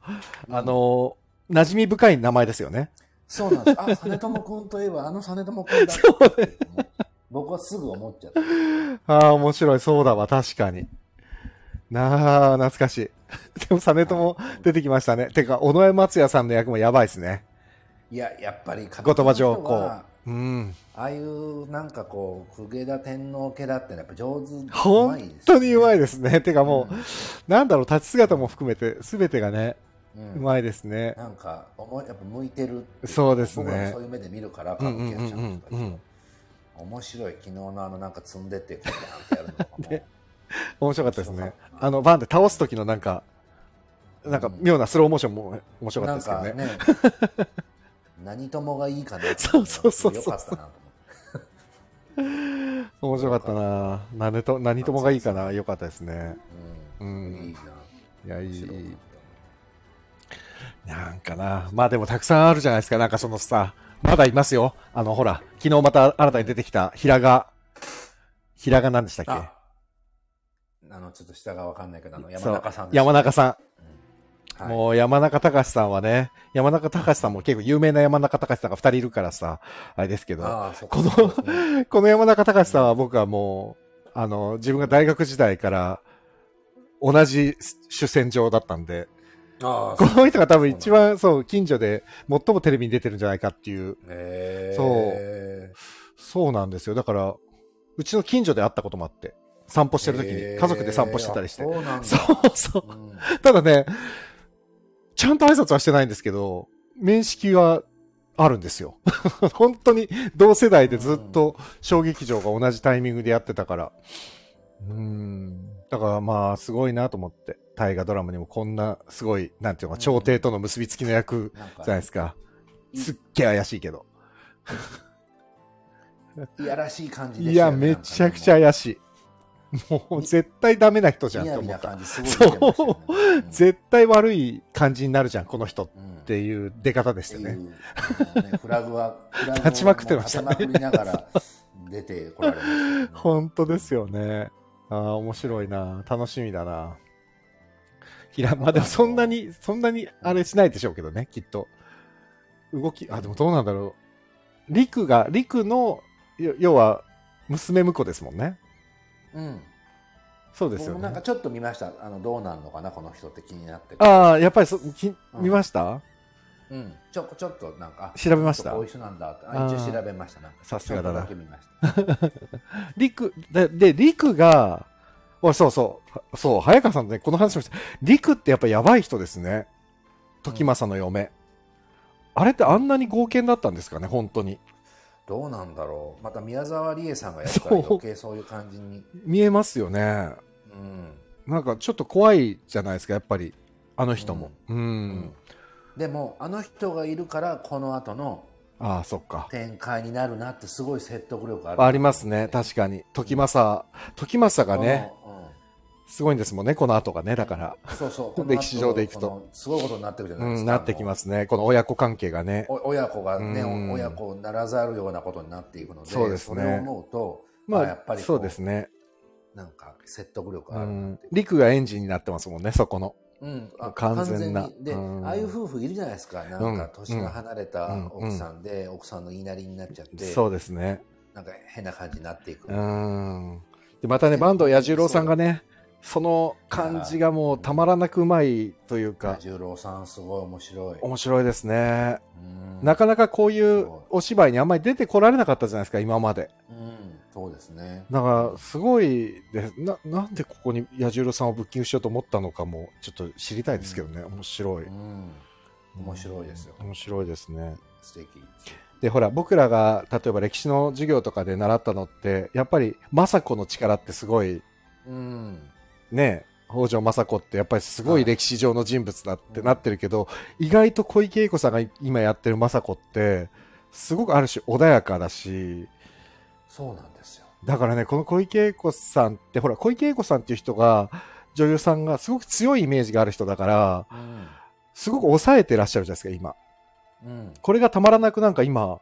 Speaker 1: あの、馴染み深い名前ですよね。
Speaker 2: そうなんです。あ、実朝くんといえば、あの実朝くんだ。もう僕はすぐ思っちゃった。
Speaker 1: ああ、面白い。そうだわ。確かに。なあ、懐かしい。 でも、実朝出てきましたね。てか、尾上松也さんの役もやばいですね。
Speaker 2: いや、やっぱり、
Speaker 1: 言葉上
Speaker 2: こ
Speaker 1: 皇
Speaker 2: あ。
Speaker 1: うん。
Speaker 2: あいう、なんかこう、公家だ天皇家だって、やっぱ上手。
Speaker 1: 本当にうまい
Speaker 2: で
Speaker 1: ですね。てか
Speaker 2: す
Speaker 1: もう、なんだろう、立ち姿も含めて、すべてがね、
Speaker 2: うん。
Speaker 1: う
Speaker 2: うん
Speaker 1: まいですね。
Speaker 2: なんか、思い、やっぱ向いてるっていか
Speaker 1: そうですね
Speaker 2: 僕はそういう目で見るから、歌
Speaker 1: うん
Speaker 2: 舞
Speaker 1: うん
Speaker 2: 伎
Speaker 1: うん
Speaker 2: 役者の人たち
Speaker 1: う
Speaker 2: は
Speaker 1: ん。
Speaker 2: 面白い、昨日のあの、なんか積んでって、こう、なんてやる のとかも。
Speaker 1: 面白かったですね。
Speaker 2: そう
Speaker 1: あの、バンで倒す時のなんか、なんか
Speaker 2: うん
Speaker 1: 妙なスローモーションも面白かったですけどね。
Speaker 2: なんかね何ともがいいかなって
Speaker 1: そうそうそうそう
Speaker 2: よかったなと思って。
Speaker 1: 面白かったな何と、何ともがいいかな。良かったですね。
Speaker 2: う
Speaker 1: うんん
Speaker 2: いいな
Speaker 1: や、
Speaker 2: い
Speaker 1: い
Speaker 2: 面白かっ
Speaker 1: い。なんかな、まあでもたくさんあるじゃないですか、なんかそのさ、まだいますよ、あのほら、昨日また新たに出てきた平賀、平賀なんでしたったけ
Speaker 2: ああのちょっと下がわかんないけどあの
Speaker 1: そ
Speaker 2: 山
Speaker 1: う
Speaker 2: 中さんです
Speaker 1: 山中さん、
Speaker 2: はい
Speaker 1: もう山中隆さんはね、山中隆さんも結構有名な山中隆さんが2人いるからさ、あれですけど、
Speaker 2: ああそっか
Speaker 1: この
Speaker 2: そうですね
Speaker 1: この山中隆さんは僕はもう、あの、自分が大学時代から同じ主戦場だったんで、
Speaker 2: ああ
Speaker 1: こ
Speaker 2: そう
Speaker 1: の人が多分一番そう、近所で最もテレビに出てるんじゃないかっていう
Speaker 2: へえ
Speaker 1: そうなんですよ。だから、うちの近所で会ったこともあって、散歩してる時に、
Speaker 2: へー
Speaker 1: 家族で散歩してたりして
Speaker 2: あ。そうなんだ
Speaker 1: そうそうう。
Speaker 2: ん
Speaker 1: ただね、ちゃんと挨拶はしてないんですけど、面識はあるんですよ。 本当に同世代でずっと小劇場が同じタイミングでやってたから。うん。だからまあ、すごいなと思って。大河ドラマにもこんなすごい、なんていうのか、朝廷との結びつきの役
Speaker 2: なんか
Speaker 1: じゃないですか。すっげえ怪しいけど。
Speaker 2: いやらしい感じでした
Speaker 1: い
Speaker 2: よ
Speaker 1: や、
Speaker 2: ね
Speaker 1: めちゃくちゃ怪しい。もう絶対ダメな人じゃ
Speaker 2: なんん
Speaker 1: と
Speaker 2: かもうみ
Speaker 1: 思
Speaker 2: や
Speaker 1: った。
Speaker 2: びな感じすごい出てましたよねうん
Speaker 1: 絶対悪い感じになるじゃん、この人っ
Speaker 2: うん
Speaker 1: ていう出方でした
Speaker 2: って
Speaker 1: ね。
Speaker 2: いうあのねフラグは、フラグを
Speaker 1: 立ちまくってましたね
Speaker 2: 立てまくりながら出てこられ ましたね
Speaker 1: 本当ですよね。ああ、面白いな。楽しみだな。ひら、まあでもそんなに、そんなにあれしないでしょうけどね、きっと。動き、あ、でもどうなんだろう。リクが、リクの、よ要は、娘婿ですもんね。
Speaker 2: うん。
Speaker 1: そうです
Speaker 2: 僕
Speaker 1: よ
Speaker 2: もなんか
Speaker 1: ね。
Speaker 2: ちょっと見ました。あの、どうなんのかな、この人って気になって。
Speaker 1: ああ、やっぱりそ、き
Speaker 2: うん
Speaker 1: 見ました
Speaker 2: うん。ちょ、ちょっとなんか、あ
Speaker 1: 調べました
Speaker 2: こういう人なんだって。
Speaker 1: あ
Speaker 2: あ
Speaker 1: ー
Speaker 2: 一応調べました。なんか
Speaker 1: さすがだな
Speaker 2: ちょっとけ見ました。
Speaker 1: リク、で、でリクが、おいそうそう、そう、早川さんとね、この話もした。リクってやっぱやばい人ですね。時政の嫁。あれってあんなに豪健だったんですかね、本当に。
Speaker 2: どうなんだろうまた宮沢りえさんがやったら
Speaker 1: そう
Speaker 2: 余計そういう感じに
Speaker 1: 見えますよね。
Speaker 2: うん
Speaker 1: なんかちょっと怖いじゃないですか、やっぱり。あの人も。うん。
Speaker 2: でもあの人がいるからこの後の
Speaker 1: ああ、そっか。
Speaker 2: 展開になるなってすごい説得力ある
Speaker 1: ありますね。確かに。時政、時政がね、
Speaker 2: うんうん
Speaker 1: すごいんですもんね、この後がね、だから。
Speaker 2: そうそうこの 後
Speaker 1: 歴史上でいくと
Speaker 2: このすごいことになってくるじゃ
Speaker 1: う
Speaker 2: ないです
Speaker 1: ん、
Speaker 2: か、
Speaker 1: なってきますね。この親子関係がね。
Speaker 2: お親子がね、
Speaker 1: うん
Speaker 2: お親子にならざるようなことになっていくので
Speaker 1: そうですね
Speaker 2: れを思うと、まあ、や
Speaker 1: ま
Speaker 2: っぱ
Speaker 1: あ、
Speaker 2: りこ
Speaker 1: そうですね。
Speaker 2: なんか説得力
Speaker 1: う
Speaker 2: あるなっ
Speaker 1: ん
Speaker 2: て。
Speaker 1: 陸がエンジンになってますもんね、そこの。
Speaker 2: うんあ
Speaker 1: 完全な
Speaker 2: 完全にで、
Speaker 1: うん
Speaker 2: ああいう夫婦いるじゃないですかな
Speaker 1: うんん
Speaker 2: か年が離れた
Speaker 1: うん
Speaker 2: 奥さんで、奥さんの言いなりになっちゃって
Speaker 1: そうですね。
Speaker 2: なんか変な感じになっていく、
Speaker 1: うん。で、またね、坂東彌十郎さんがね、その感じがもうたまらなくうまいというか、
Speaker 2: 十郎さんすごい面白い、
Speaker 1: 面白いですね。
Speaker 2: うん
Speaker 1: なかなかこうい
Speaker 2: す
Speaker 1: う
Speaker 2: ごい
Speaker 1: お芝居にあんまり出てこられなかったじゃないですか、今まで。
Speaker 2: うん、そうですね
Speaker 1: だから、すごいです。な、なんでここに彌十郎さんをブッキングしようと思ったのかも、ちょっと知りたいですけどね。面白い。
Speaker 2: うん、面白いですよ
Speaker 1: 面白いですね。
Speaker 2: 素敵
Speaker 1: で、ほら、僕らが、例えば歴史の授業とかで習ったのって、やっぱり、政子の力ってすごい、
Speaker 2: うん
Speaker 1: ね、北条政子ってやっぱりすご
Speaker 2: はいい
Speaker 1: 歴史上の人物だって
Speaker 2: うん
Speaker 1: なってるけど、意外と小池栄子さんが今やってる政子って、すごくある種穏やかだし、
Speaker 2: そうなんですよ
Speaker 1: だからね、この小池栄子さんって、ほら、小池栄子さんっていう人が、女優さんがすごく強いイメージがある人だから、
Speaker 2: うん
Speaker 1: すごく抑えてらっしゃるじゃないですか、今。
Speaker 2: うん
Speaker 1: これがたまらなくなんか今、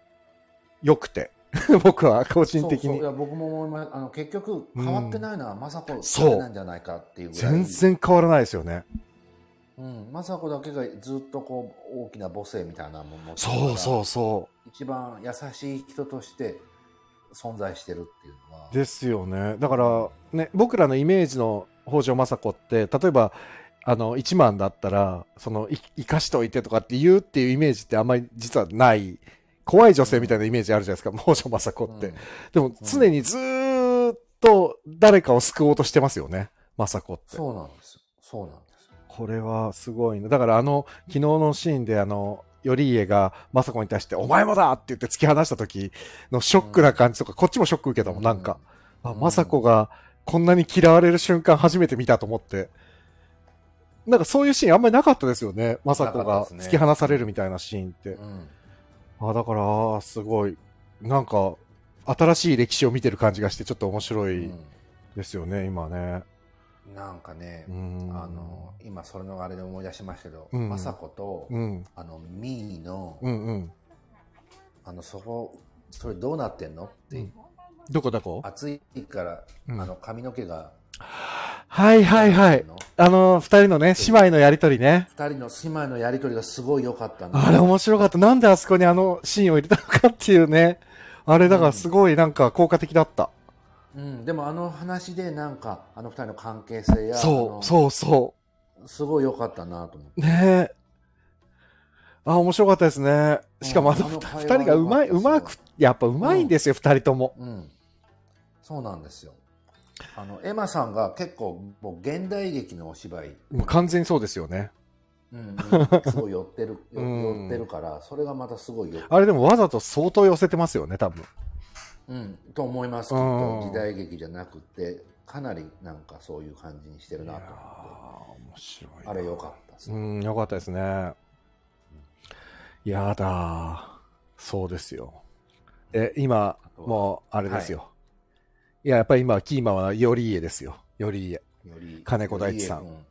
Speaker 1: 良くて。 僕は個人的
Speaker 2: そうそうい
Speaker 1: に。
Speaker 2: や僕も思いますあの結局変わってないのは政子
Speaker 1: そう
Speaker 2: だけなんじゃないかっていうぐらい
Speaker 1: 全、然変わらないですよね。
Speaker 2: うん、政子だけがずっとこう大きな母性みたいなものを
Speaker 1: そうそうそう
Speaker 2: 一番優しい人として存在してるっていうのは
Speaker 1: う。ですよね。だから、ね、僕らのイメージの北条政子って、例えば、あの、一万だったら、その、い生かしといてとかって言うっていうイメージってあんまり実はない。怖い女性みたいなイメージあるじゃないですか、北条政子って。
Speaker 2: うん
Speaker 1: でも常にずーっと誰かを救おうとしてますよね、政子って。
Speaker 2: そうなんですよそうなんですよ
Speaker 1: これはすごいな。だからあの、昨日のシーンであの、頼家が政子に対して、お前もだって言って突き放した時のショックな感じとか、こっちもショック受けたもん、なんか。あ、
Speaker 2: うん
Speaker 1: 政子がこんなに嫌われる瞬間初めて見たと思って。なんかそういうシーンあんまりなかったですよね。政子
Speaker 2: なか
Speaker 1: が
Speaker 2: ったです
Speaker 1: 突き
Speaker 2: ね
Speaker 1: 放されるみたいなシーンって。
Speaker 2: うん
Speaker 1: あだから、あーすごい。なんか、新しい歴史を見てる感じがして、ちょっと面白
Speaker 2: う
Speaker 1: い
Speaker 2: ん
Speaker 1: ですよね、今ね。
Speaker 2: なんかね、
Speaker 1: うん。
Speaker 2: あの、今それのあれで思い出しましたけど、
Speaker 1: うん
Speaker 2: 政子と、
Speaker 1: うん、
Speaker 2: あのミーの、
Speaker 1: うん、うん。
Speaker 2: あのそこそれどうなってんのって、
Speaker 1: うんどこどこ
Speaker 2: 暑いから、
Speaker 1: うん
Speaker 2: あの髪の毛が
Speaker 1: はいはいはい。
Speaker 2: の
Speaker 1: あの、二人のね、姉妹のやりとりね。
Speaker 2: 二人の姉妹のやりとりがすごい良かったんで
Speaker 1: あれ面白かった。なんであそこにあのシーンを入れたのかっていうね。あれだからすごいなんか効果的だった。
Speaker 2: うん、でもあの話でなんかあの二人の関係性や
Speaker 1: そう、
Speaker 2: う
Speaker 1: そうそ
Speaker 2: すごい良かったなと思っ
Speaker 1: う。
Speaker 2: て
Speaker 1: ねえ。あ、面白かったですね。しかもあの
Speaker 2: うんあの
Speaker 1: 二
Speaker 2: 会
Speaker 1: 人
Speaker 2: 話
Speaker 1: がうまい、う
Speaker 2: 良かったですよ
Speaker 1: まく、やっぱうまいんですよ、二人とも。
Speaker 2: うんそうなんですよあのエマさんが結構もう現代劇のお芝居、
Speaker 1: もう完全にそうですよね。
Speaker 2: うんうんすごい寄ってる寄
Speaker 1: うん
Speaker 2: 寄ってるからそれがまたすごいよ、
Speaker 1: あれでもわざと相当寄せてますよね、多分。
Speaker 2: うん、と思いますき
Speaker 1: う
Speaker 2: っ
Speaker 1: ん
Speaker 2: と時代劇じゃなくてかなりなんかそういう感じにしてる
Speaker 1: いや
Speaker 2: な
Speaker 1: ー
Speaker 2: と思
Speaker 1: 面白い
Speaker 2: って
Speaker 1: な
Speaker 2: あれ良かったですね、
Speaker 1: うん、よかったですね。やだー。そうですよ。え、今、もう、あれですよ。い、や、やっぱり今、キーマンは、より家ですよ。より家。
Speaker 2: より
Speaker 1: 金子大地さん
Speaker 2: よりうん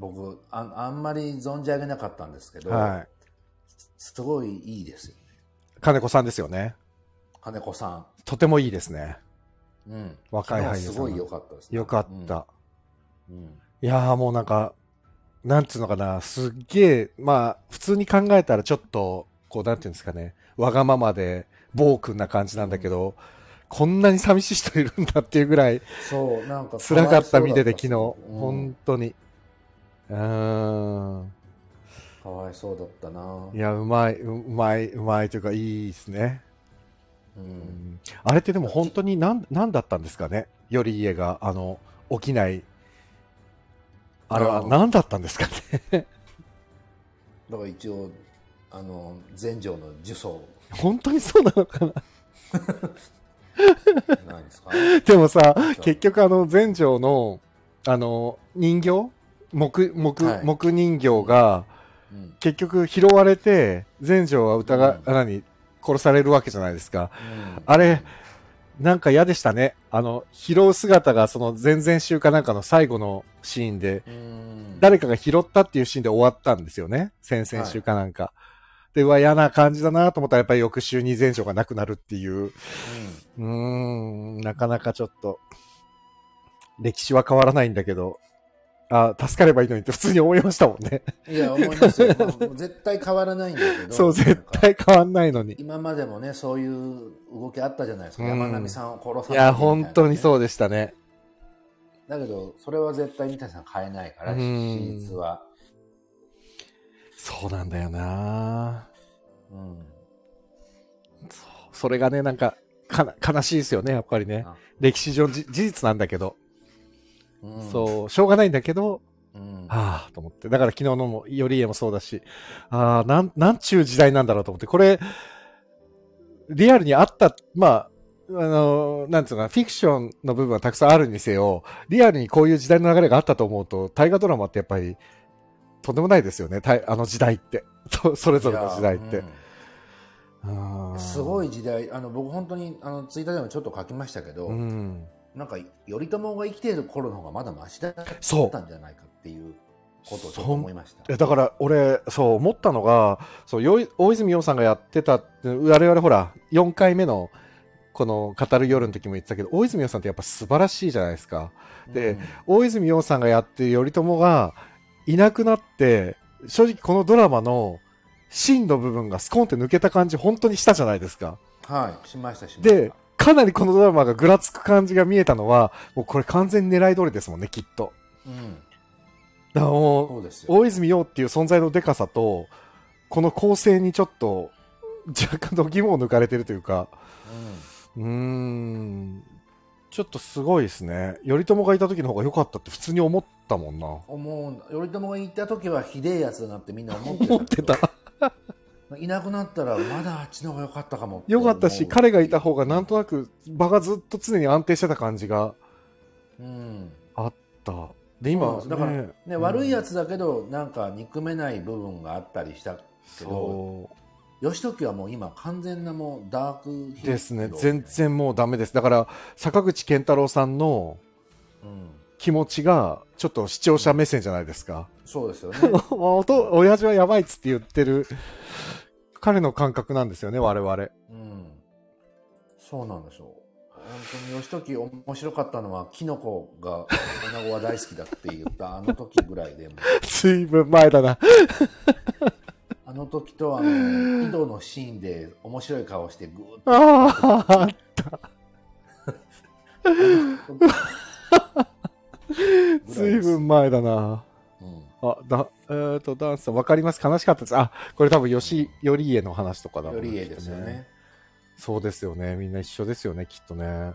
Speaker 2: 僕ああんまり存じ上げなかったんですけど、
Speaker 1: はい。
Speaker 2: すごいいいですよね
Speaker 1: 金子さんですよね。
Speaker 2: 金子さ
Speaker 1: とてもいいですね。
Speaker 2: ん、うん、
Speaker 1: 若い俳優さん
Speaker 2: すごい良かったですね
Speaker 1: よかった。、
Speaker 2: うんうん
Speaker 1: いやー、もうなんか、なんつうのかな、すっげえ、まあ、普通に考えたらちょっと、こう、なんていうんですかね、わがままで、暴君な感じなんだけど、こんなに寂しい人いるんだっていうぐらい、
Speaker 2: そうなんか
Speaker 1: 辛かった見てて昨
Speaker 2: か
Speaker 1: 日、
Speaker 2: わいそうだったうん
Speaker 1: 本当にうーん
Speaker 2: かわいそうだったない
Speaker 1: やうまいううまいうまいというかいいですね、
Speaker 2: う、
Speaker 1: うんんあれってでも本当に何何だったんですかねより家があの起きないあれは
Speaker 2: あー
Speaker 1: 何だったんですかね
Speaker 2: だから一応あの全城の呪詛
Speaker 1: 本当にそうなのかな
Speaker 2: ないんですか
Speaker 1: でもさ、結局 あの、全城の、あの、人形木、木、
Speaker 2: はい
Speaker 1: 木人形が、
Speaker 2: うん
Speaker 1: 結局拾われて、全城は疑、
Speaker 2: うん
Speaker 1: あ何、殺されるわけじゃないですか。あれ、なんか嫌でしたね。あの、拾う姿が、その前々週かなんかの最後のシーンで、
Speaker 2: うん
Speaker 1: 誰かが拾ったっていうシーンで終わったんですよね。先々週かなんか。で、うわ、嫌な感じだなと思ったら、やっぱり翌週に全勝がなくなるっていう。うーん、なかなかちょっと、歴史は変わらないんだけど、あ、助かればいいのにって普通に思いましたもん ね。
Speaker 2: うん、いや思いますよ、ま あ絶対変わらないんだけど
Speaker 1: そう、
Speaker 2: なん
Speaker 1: 絶
Speaker 2: か
Speaker 1: 対変わんないのに。
Speaker 2: 今までもねそういう動きあったじゃないですか、
Speaker 1: うん
Speaker 2: 山並さんを殺さ
Speaker 1: い
Speaker 2: なきゃ
Speaker 1: や、
Speaker 2: みたな
Speaker 1: 本
Speaker 2: ね
Speaker 1: 当にそうでしたね。
Speaker 2: だけどそれは絶対三谷さん変えないから、
Speaker 1: うん
Speaker 2: 史実は、
Speaker 1: そうなんだよな
Speaker 2: うん、
Speaker 1: そうそれがね、なんか、かな悲しいですよね、やっぱりね
Speaker 2: あ。
Speaker 1: 歴史上じ事実なんだけど、
Speaker 2: うん
Speaker 1: そう、しょうがないんだけど、
Speaker 2: うん、
Speaker 1: ああ、と思って。だから昨日のも、よりえもそうだし、ああ、なん、なんちゅう時代なんだろうと思って。これ、リアルにあった、まあ、あのー、なんつうのかな、フィクションの部分はたくさんあるにせよ、リアルにこういう時代の流れがあったと思うと、大河ドラマってやっぱり、とんでもないですよね、たいあの時代って。 とそれぞれの時代っ
Speaker 2: いや
Speaker 1: て。あ
Speaker 2: うん
Speaker 1: ー
Speaker 2: すごい。時代あの僕本当にあのツイッターでもちょっと書きましたけど、
Speaker 1: うん。
Speaker 2: なんか頼朝が生きている頃の方がまだマシだった
Speaker 1: そ
Speaker 2: んじゃないかっていうことをちょっと思いました
Speaker 1: いやだから俺そう思ったのがそうよい大泉洋さんがやってた我々ほら4回目のこの「語る夜」の時も言ってたけど大泉洋さんってやっぱ素晴らしいじゃないですかで
Speaker 2: うん
Speaker 1: 大泉洋さんがやってる頼朝がいなくなって正直このドラマの芯の部分がスコンって抜けた感じ本当にしたじゃないですか
Speaker 2: はいしましたしました
Speaker 1: でかなりこのドラマがぐらつく感じが見えたのはもうこれ完全に狙い通りですもんねきっと
Speaker 2: うん、
Speaker 1: だからもう
Speaker 2: そうですよ
Speaker 1: 大泉洋っていう存在のでかさとこの構成にちょっと若干の疑問を抜かれてるというかうーんちょっとすごいですね頼朝がいた時の方が良かったって普通に思ったもんな
Speaker 2: うん、思う頼朝が行った時はひでえやつだなってみんな思ってたけど
Speaker 1: 思ってた
Speaker 2: いなくなったらまだあっちの方が良かったかも
Speaker 1: 良かったし彼がいた方がなんと
Speaker 2: な
Speaker 1: なく場がずっと常に安定してた感じが
Speaker 2: く、うん
Speaker 1: あったで今
Speaker 2: そうなんですだね悪いや
Speaker 1: つ
Speaker 2: つだけどなんか憎めない部分があったりしたけど
Speaker 1: そう
Speaker 2: 義時はもう今完全なもうダークヒーロー
Speaker 1: ですね全、然もうダメですだから坂口健太郎さんの
Speaker 2: うん、
Speaker 1: 気持ちがちょっと視聴者目線じゃないですか
Speaker 2: そうです よね
Speaker 1: もうおと親父はやばいっつって言ってる彼の感覚なんですよね我々
Speaker 2: うんそうなんでしょう本当に義時面白かったのはキノコが女子は大好きだって言ったあの時ぐらい でも
Speaker 1: ずいぶん前だな
Speaker 2: あの時とあの井戸のシーンで面白い顔してグーッと
Speaker 1: ああ ずいぶん前だな
Speaker 2: うん
Speaker 1: あだえっ、とダンスさん分かります悲しかったですあこれ多分よしよりえの話とかだもん
Speaker 2: よ
Speaker 1: ね
Speaker 2: りえですよね。
Speaker 1: そうですよねみんな一緒ですよねきっとね
Speaker 2: よ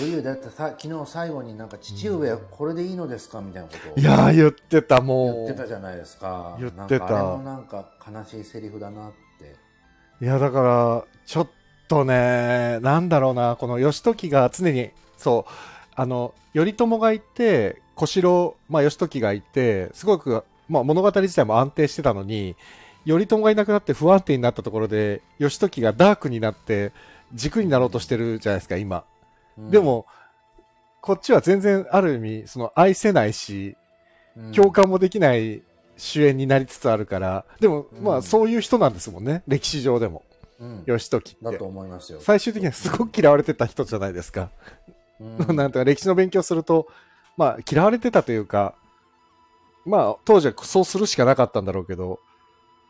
Speaker 2: りえだってさ昨日最後になんか父上これでいいのですかみたいなことを
Speaker 1: いやー言ってたも
Speaker 2: 言
Speaker 1: う
Speaker 2: ってたじゃないですか。
Speaker 1: 言ってた
Speaker 2: なんかあれもなんか悲しいセリフだなって。
Speaker 1: いやだからちょっとねなんだろうなこの義時が常にそうあの頼朝がいて小四郎、まあ、義時がいてすごく、まあ、物語自体も安定してたのに頼朝がいなくなって不安定になったところで義時がダークになって軸になろうとしてるじゃないですか今、
Speaker 2: うん
Speaker 1: で、もこっちは全然ある意味その愛せないし
Speaker 2: うん
Speaker 1: 共感もできない主演になりつつあるからでも、
Speaker 2: うん
Speaker 1: まあそういう人なんですもんね歴史上でも
Speaker 2: うん
Speaker 1: 義時って
Speaker 2: だと思いますよ。
Speaker 1: 最終的にはすごく嫌われてた人じゃないですか。
Speaker 2: う ん
Speaker 1: なんとか歴史の勉強すると、まあ嫌われてたというか、まあ当時はそうするしかなかったんだろうけど、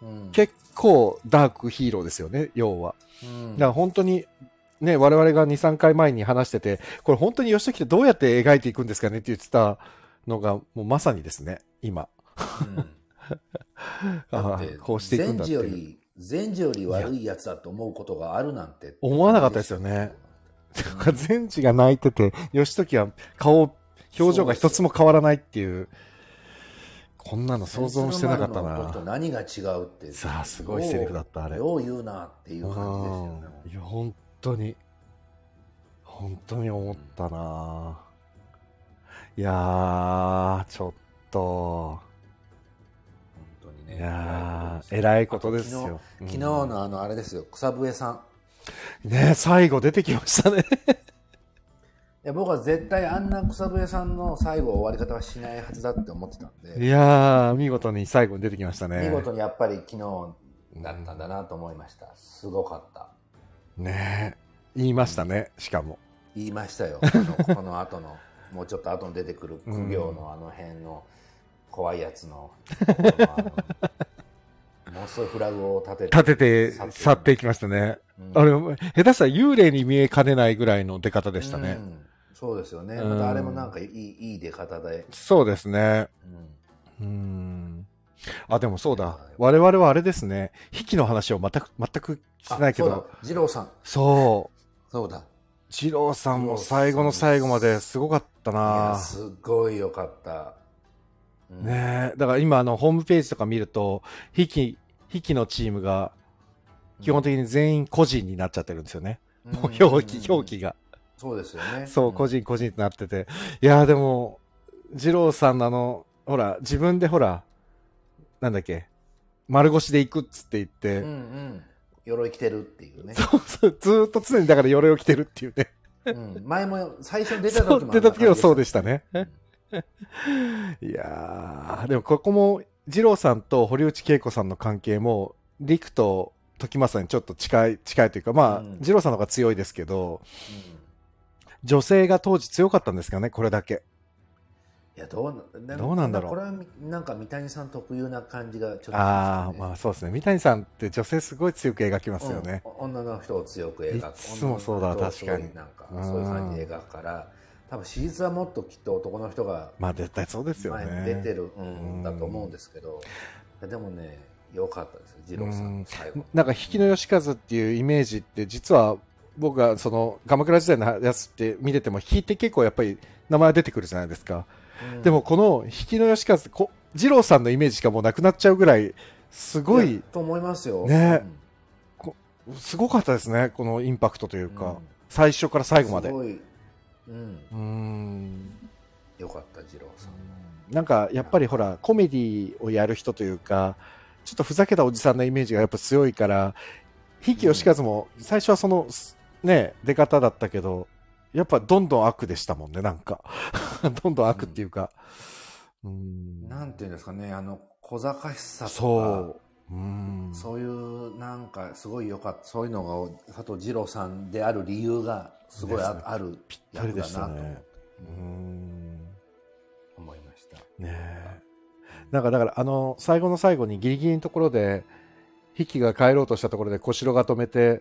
Speaker 2: うん
Speaker 1: 結構ダークヒーローですよね、要は。
Speaker 2: うん
Speaker 1: だから本当に、ね、我々が2、3回前に話してて、これ本当に義時ってどうやって描いていくんですかねって言ってたのが、もうまさにですね、今。
Speaker 2: うんだ
Speaker 1: あ
Speaker 2: って
Speaker 1: あこうしていくんだってい
Speaker 2: 善治よ
Speaker 1: う。
Speaker 2: り善治より悪いやつだと思うことがあるなんて
Speaker 1: 思わなかったですよねだから善治が泣いてて、義時は顔、表情が一つも変わらないっていう、こんなの想像もしてなかった
Speaker 2: センスのあるのと
Speaker 1: な。
Speaker 2: 何が違うって
Speaker 1: さあ、すごいセリフだった、あれ。
Speaker 2: よう言うなっていう感じですよね
Speaker 1: うんいや、本当に。本当に思ったなあいやーちょっと
Speaker 2: 本当にね
Speaker 1: いやー
Speaker 2: えら
Speaker 1: 偉いことですよ
Speaker 2: 昨
Speaker 1: う
Speaker 2: 日
Speaker 1: ん
Speaker 2: のあのあれですよ草笛さん
Speaker 1: ね最後出てきました ね
Speaker 2: いや僕は絶対あんな草笛さんの最後終わり方はしないはずだって思ってたん
Speaker 1: い
Speaker 2: で
Speaker 1: やー見事に最後に出てきましたね
Speaker 2: 見事にやっぱり昨日だったんだなと思いましたすごかった
Speaker 1: ね言いましたねしかも
Speaker 2: 言いましたよあ のこの後のもうちょっと後に出てくる苦行のあの辺の怖いやつ のところのあのものすごいフラグを立てて
Speaker 1: 立てて去っていきましたね
Speaker 2: うん
Speaker 1: あれ下手したら幽霊に見えかねないぐらいの出方でしたね
Speaker 2: うんそうですよね
Speaker 1: うん
Speaker 2: またあれもなんかいいいい出方で、
Speaker 1: そうですね
Speaker 2: うん
Speaker 1: うんあでもそうだ
Speaker 2: はい
Speaker 1: 我々はあれですね引きの話を全く全くしてないけ
Speaker 2: あそう
Speaker 1: ど
Speaker 2: だ二郎さん
Speaker 1: そう
Speaker 2: そうだ
Speaker 1: 二郎さんも最後の最後まですごかった
Speaker 2: いや
Speaker 1: な
Speaker 2: すごいよかった、うん
Speaker 1: ねえだから今あのホームページとか見ると引き引きのチームが基本的に全員個人になっちゃってるんですよね、
Speaker 2: うん
Speaker 1: もう表記表記が
Speaker 2: そうですよね
Speaker 1: そう、個人個人ってなってて。いやーでも、二郎さんのあの、ほら、自分でほら、なんだっけ、丸腰で行くっつって言って、
Speaker 2: うんうん鎧着てるっていうね、
Speaker 1: そう ずーっと常にだから鎧を着てるっていうね。
Speaker 2: うん、前も最初に出た
Speaker 1: そ
Speaker 2: 時
Speaker 1: う
Speaker 2: も
Speaker 1: 出た時はそうでしたたね。
Speaker 2: うん
Speaker 1: いやー、でもここも、二郎さんと堀内恵子さんの関係も、陸と時政にちょっと近い、近いというか、まあ、
Speaker 2: うん
Speaker 1: 二郎さんの方が強いですけど、女性が当時強かったんですかね、これだけ。
Speaker 2: いやどうな
Speaker 1: どうなんだろう
Speaker 2: これはみなんか三谷さん特有な感じがちょっとし
Speaker 1: ああ
Speaker 2: ますよね
Speaker 1: まあそうですね三谷さんって女性すごい強く描きますよね、
Speaker 2: うん女の人を強く描く
Speaker 1: いつもそうだ
Speaker 2: 女の人
Speaker 1: 確
Speaker 2: を
Speaker 1: かに
Speaker 2: すごいなんかそういう感じで描くから多分シリーズはもっときっと男の人が
Speaker 1: まあ絶対そうですよ
Speaker 2: 前
Speaker 1: ね
Speaker 2: に出てる、うん
Speaker 1: うん
Speaker 2: だと思うんですけどでもね良かったですよ二郎さ
Speaker 1: うん
Speaker 2: ん最後
Speaker 1: なんか引きの義和っていうイメージって実は僕がその鎌倉時代のやつって見てても引きって結構やっぱり名前出てくるじゃないですか、
Speaker 2: うん
Speaker 1: でもこの引きの義和こ二郎さんのイメージがもうなくなっちゃうぐらいすご
Speaker 2: や
Speaker 1: い
Speaker 2: と思いますよ
Speaker 1: ね
Speaker 2: うん
Speaker 1: すごかったですねこのインパクトというか、
Speaker 2: うん
Speaker 1: 最初から最後まですう
Speaker 2: ごいうん
Speaker 1: ーん
Speaker 2: 良かった二郎さん
Speaker 1: なんかやっぱりほらコメディをやる人というかちょっとふざけたおじさんのイメージがやっぱ強いから比企義和も最初はそのすね出方だったけどやっぱどんどん悪でしたもんねなんか どんどん悪っていうかうん
Speaker 2: なんていうんですかねあの小賢しさとか
Speaker 1: そううん
Speaker 2: そういうなんかすごい良かったそういうのが佐藤二郎さんである理由がすごいあ,、
Speaker 1: ですね
Speaker 2: ある
Speaker 1: ぴったりでした
Speaker 2: 役だな
Speaker 1: ね
Speaker 2: と
Speaker 1: うん
Speaker 2: 思いました。
Speaker 1: ねえなんかだからあの最後の最後にギリギリのところで比企が帰ろうとしたところで小四郎が止めて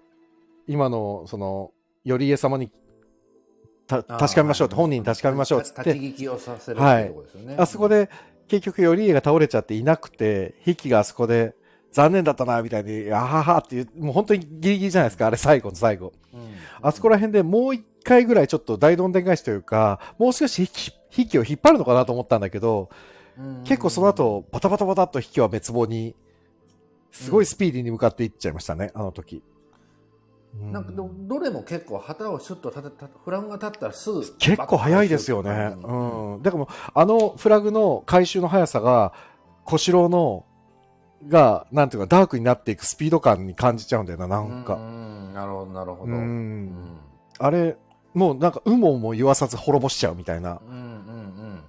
Speaker 1: 今のその頼家様にた
Speaker 2: あー
Speaker 1: 確かめましょうって
Speaker 2: はい
Speaker 1: 本人に確かめましょうって
Speaker 2: た
Speaker 1: 言っ
Speaker 2: 立
Speaker 1: て
Speaker 2: ち聞きをさせるって
Speaker 1: はい
Speaker 2: いうところですよね。
Speaker 1: あそこで結局頼家が倒れちゃっていなくて比企があそこで残念だったなみたいにあははっていうもう本当にギリギリじゃないですかあれ最後の最後
Speaker 2: うん、
Speaker 1: あそこら辺でもう一回ぐらいちょっと大どんでん返しというかもう少し比企比企を引っ張るのかなと思ったんだけど
Speaker 2: うん
Speaker 1: 結構その後バタバタバタっと引きは滅亡にすごいスピーディーに向かっていっちゃいましたね、あの時
Speaker 2: なんかどどれも結構旗をシュッと立てたフラグが立ったらすぐ
Speaker 1: 結構早いですよ
Speaker 2: バッ
Speaker 1: ね
Speaker 2: と、うん
Speaker 1: うん、だからもうあのフラグの回収の速さが小四郎のがなんていうかダークになっていくスピード感に感じちゃうんだよななん
Speaker 2: う
Speaker 1: か
Speaker 2: んなるほどなるほ
Speaker 1: うん
Speaker 2: ど。
Speaker 1: うんあれもうなんか有無をも言わさず滅ぼしちゃうみたい な
Speaker 2: うんうんうんうん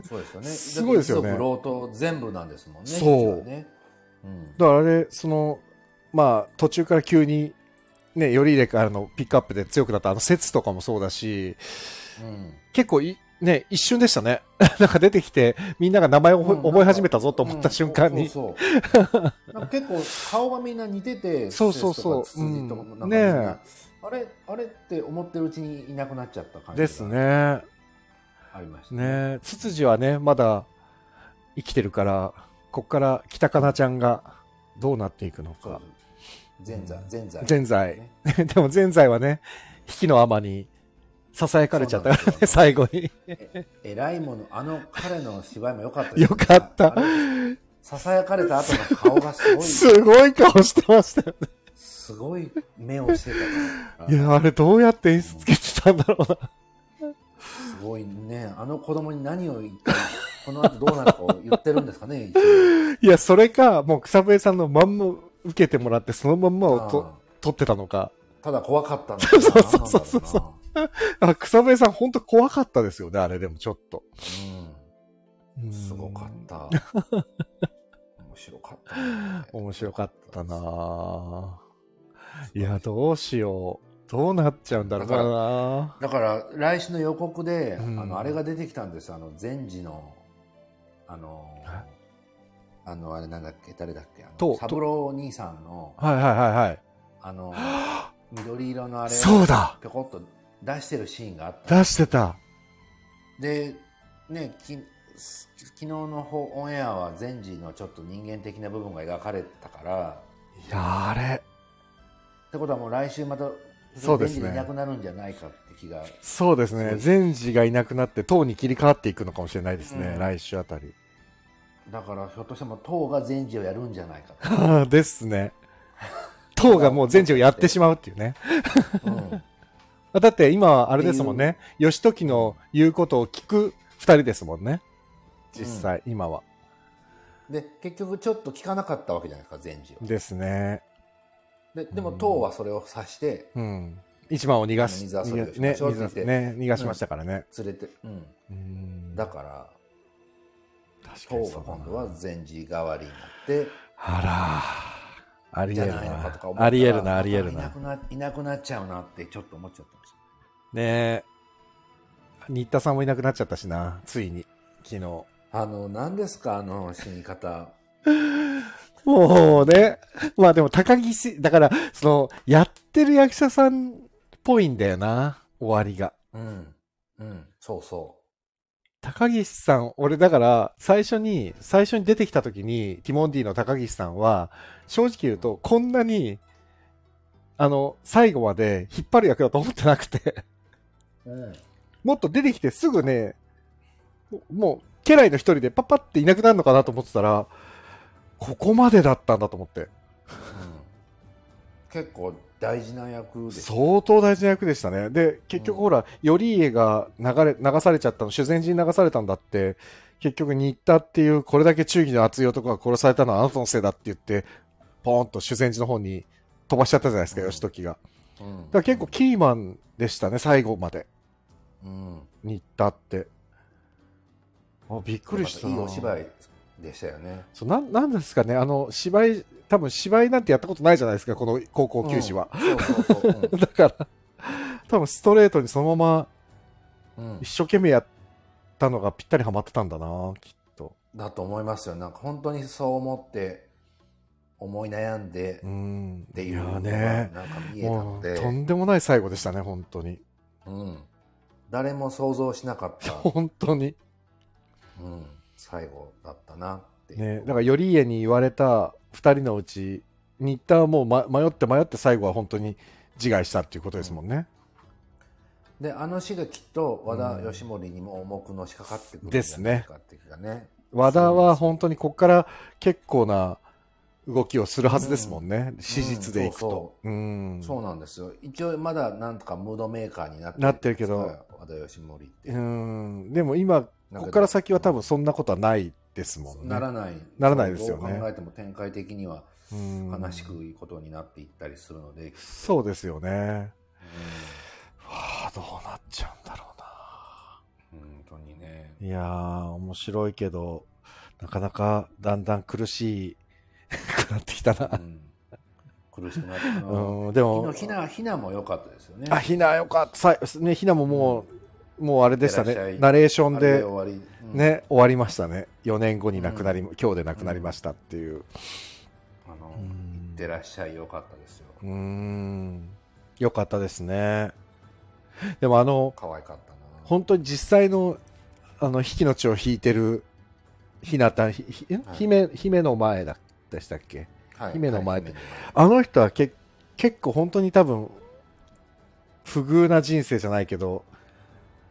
Speaker 2: そうですよね。
Speaker 1: すごいですよね
Speaker 2: だって一族老頭全部なんですもんね。
Speaker 1: そう
Speaker 2: 実はね。うん。
Speaker 1: だからあれそのまあ途中から急にね頼家からのピックアップで強くなったあの説とかもそうだし
Speaker 2: うん
Speaker 1: 結構いね一瞬でしたね なんか出てきてみんなが名前を
Speaker 2: うん
Speaker 1: 覚え始めたぞと思った瞬間に、
Speaker 2: うんそうそうそうなんか結構顔がみんな似てて
Speaker 1: そうそうそう
Speaker 2: 背とか筋とか
Speaker 1: うん
Speaker 2: なんかみんな
Speaker 1: ね
Speaker 2: あれあれって思ってるうちにいなくなっちゃった感じ
Speaker 1: です
Speaker 2: が
Speaker 1: ね
Speaker 2: ありました
Speaker 1: ねつつじはねまだ生きてるからこっから北かなちゃんがどうなっていくの
Speaker 2: そう
Speaker 1: か
Speaker 2: そう前座前座
Speaker 1: 前在でも前在はね引きの天にささやかれちゃったか
Speaker 2: そ
Speaker 1: ら
Speaker 2: うなん
Speaker 1: ね
Speaker 2: です
Speaker 1: 最後に
Speaker 2: えらいものあの彼の芝居も良かったです
Speaker 1: よかった
Speaker 2: あれささやかれた後の顔がすごい
Speaker 1: すごい顔してましたよね
Speaker 2: すすごい目をしてた
Speaker 1: い
Speaker 2: ね
Speaker 1: や、あれどうやって演出つけてたんだろうな。
Speaker 2: すごいねあの子供に何を言ってこの 後どうなるかを言ってるんですかね一
Speaker 1: いや、それか、もう草笛さんのまんま受けてもらって、そのまんま
Speaker 2: 応
Speaker 1: をと撮ってたのか。
Speaker 2: ただ怖かったんだけど
Speaker 1: そうそうそうそうそうあ草笛さん本当怖かったですよね、あれでもちょっと。
Speaker 2: うんすごかった面白かったね
Speaker 1: 面白かったなぁいや、どうしよう。どうなっちゃうんだろうな
Speaker 2: だか
Speaker 1: ぁ
Speaker 2: だから来週の予告で、
Speaker 1: うん
Speaker 2: あのあれが出てきたんですあの善治のあの
Speaker 1: はい
Speaker 2: あのあれなんだっけ誰だっけあ
Speaker 1: と
Speaker 2: の三郎お兄さんの
Speaker 1: はいはいはいはい。
Speaker 2: あの
Speaker 1: は
Speaker 2: 緑色のあ
Speaker 1: ぁ
Speaker 2: れ
Speaker 1: そうだ
Speaker 2: ぴょこっと出してるシーンがあった
Speaker 1: 出してた
Speaker 2: でねきす昨日の方オンエアは善治のちょっと人間的な部分が描かれたから
Speaker 1: いやーあれ。
Speaker 2: ってことはもう来週また
Speaker 1: そうですね
Speaker 2: 善治いなくなるんじゃないかって気が
Speaker 1: そうです
Speaker 2: そう
Speaker 1: ね。
Speaker 2: です
Speaker 1: 善治がいなくなって、党に切り替わっていくのかもしれないですね。
Speaker 2: うん
Speaker 1: 来週あたり。
Speaker 2: だからひょっとしても党が善治をやるんじゃないかと
Speaker 1: あー ですね。党がもう善治をやってしまうっていうね。
Speaker 2: うん
Speaker 1: あだって今、あれですもんね。義時の言うことを聞く二人ですもんね。実際、今は。
Speaker 2: で結局ちょっと聞かなかったわけじゃないですか善治を
Speaker 1: ですね。
Speaker 2: ででも党はそれを察して
Speaker 1: うん。一番を逃がす。
Speaker 2: 水遊びをし
Speaker 1: ね
Speaker 2: ましょう
Speaker 1: 水遊
Speaker 2: って言って
Speaker 1: びね逃がしましたからね。
Speaker 2: 連れて、うん、
Speaker 1: うん
Speaker 2: だから
Speaker 1: 確か
Speaker 2: 党
Speaker 1: に
Speaker 2: が
Speaker 1: そうだな
Speaker 2: 今度は善治代わりになって
Speaker 1: あらー。あり
Speaker 2: じ
Speaker 1: え
Speaker 2: ゃ
Speaker 1: る
Speaker 2: ないのかとか思った
Speaker 1: な。
Speaker 2: ら
Speaker 1: ありえるな、ありえる
Speaker 2: いな
Speaker 1: な
Speaker 2: く。ないなくなっちゃうなってちょっと思っちゃったんですよ
Speaker 1: ねえ。新田さんもいなくなっちゃったしな、ついに、昨日。も
Speaker 2: あの何ですかあの死に方
Speaker 1: うね。まあでも、高木し、だから、その、やってる役者さんっぽいんだよな、終わりが。
Speaker 2: うんうんそうそ
Speaker 1: 高岸さん、俺だから、最初に、最初に出てきた時に、ティモンディの高岸さんは、正直言うと、こんなに、あの、最後まで引っ張る役だと思ってなくて、
Speaker 2: う、うん、
Speaker 1: もっと出てきてすぐね、もう、家来の一人でパッパっていなくなるのかなと思ってたら、ここまでだったんだと思って。
Speaker 2: 結構大事な役です
Speaker 1: 相当大事な役でしたね。で、結局ほら、頼家が流れ、流されちゃったの、修善寺に流されたんだって、結局新田っていう、これだけ忠義の熱い男が殺されたのはあなたのせいだって言って、ポーンと修善寺の方に飛ばしちゃったじゃないですか、
Speaker 2: うん
Speaker 1: 義時が。だか
Speaker 2: うん
Speaker 1: ら結構キーマンでしたね、最後まで、
Speaker 2: うん
Speaker 1: 新田って。あ、びっくりした
Speaker 2: い
Speaker 1: な。
Speaker 2: いお芝居でしたよね
Speaker 1: そうなん。なんですかね、あの、芝居、多分芝居なんてやったことないじゃないですか、この高校球児は。
Speaker 2: うんそうそうそう
Speaker 1: だから、多分ストレートにそのまま、
Speaker 2: うんうん
Speaker 1: 一生懸命やったのがぴったりハマってたんだなきっと
Speaker 2: だと思いますよなんか本当にそう思って思い悩んで
Speaker 1: う
Speaker 2: っ
Speaker 1: ん
Speaker 2: ていう
Speaker 1: や
Speaker 2: のがなん
Speaker 1: ね
Speaker 2: か見えた
Speaker 1: も
Speaker 2: の
Speaker 1: うと
Speaker 2: で、
Speaker 1: んでもない最後でしたね本当 に
Speaker 2: うん、誰も想像しなかった、
Speaker 1: 本当に
Speaker 2: うん、最後だったなって、
Speaker 1: ねだから頼家に言われた2人のうち新田はもう、ま、迷って迷って最後は本当に自害したっていうことですもんね、
Speaker 2: であの死がきっと和田義盛にも重くのしかかってくるんじゃないかっていうかね
Speaker 1: 和田は本当にここから結構な動きをするはずですもんね、史実でいくと、うん
Speaker 2: そうなんですよ一応まだなんとかムードメーカーになって
Speaker 1: なってるけど
Speaker 2: 和田義盛って、
Speaker 1: うんでも今
Speaker 2: だけど
Speaker 1: ここから先は多分そんなことはないですもんね
Speaker 2: ならない
Speaker 1: ならないですよね
Speaker 2: どう考えても展開的には
Speaker 1: 悲
Speaker 2: 悲しくいいことになっていったりするので、
Speaker 1: そうですよねはあどうなっちゃうんだろ
Speaker 2: うん本当にね
Speaker 1: うないやー面白いけどなかなかだんだん苦しいくなってきた
Speaker 2: う
Speaker 1: な、
Speaker 2: ん苦しくなったな
Speaker 1: うん、でも
Speaker 2: 昨日ひなひなも良かったですよね
Speaker 1: あひなよかったさいねひなももう、もうあれでした
Speaker 2: いってらっしゃ
Speaker 1: ね
Speaker 2: い
Speaker 1: ナレーション
Speaker 2: あれ
Speaker 1: で
Speaker 2: で終わり、うん
Speaker 1: ね終わりましたね4年後に亡くなり、今日で亡くなりましたっていう
Speaker 2: あの、
Speaker 1: うん
Speaker 2: いってらっしゃい良かったですよ
Speaker 1: うーんよかったですねでもあの
Speaker 2: 可愛かったな
Speaker 1: 本当に実際のあの引きの血を引いてるひなたひひん
Speaker 2: はい
Speaker 1: 姫姫の前だでしたっけ
Speaker 2: はい
Speaker 1: 姫の前で
Speaker 2: はい
Speaker 1: あの人はけ結構本当に多分不遇な人生じゃないけど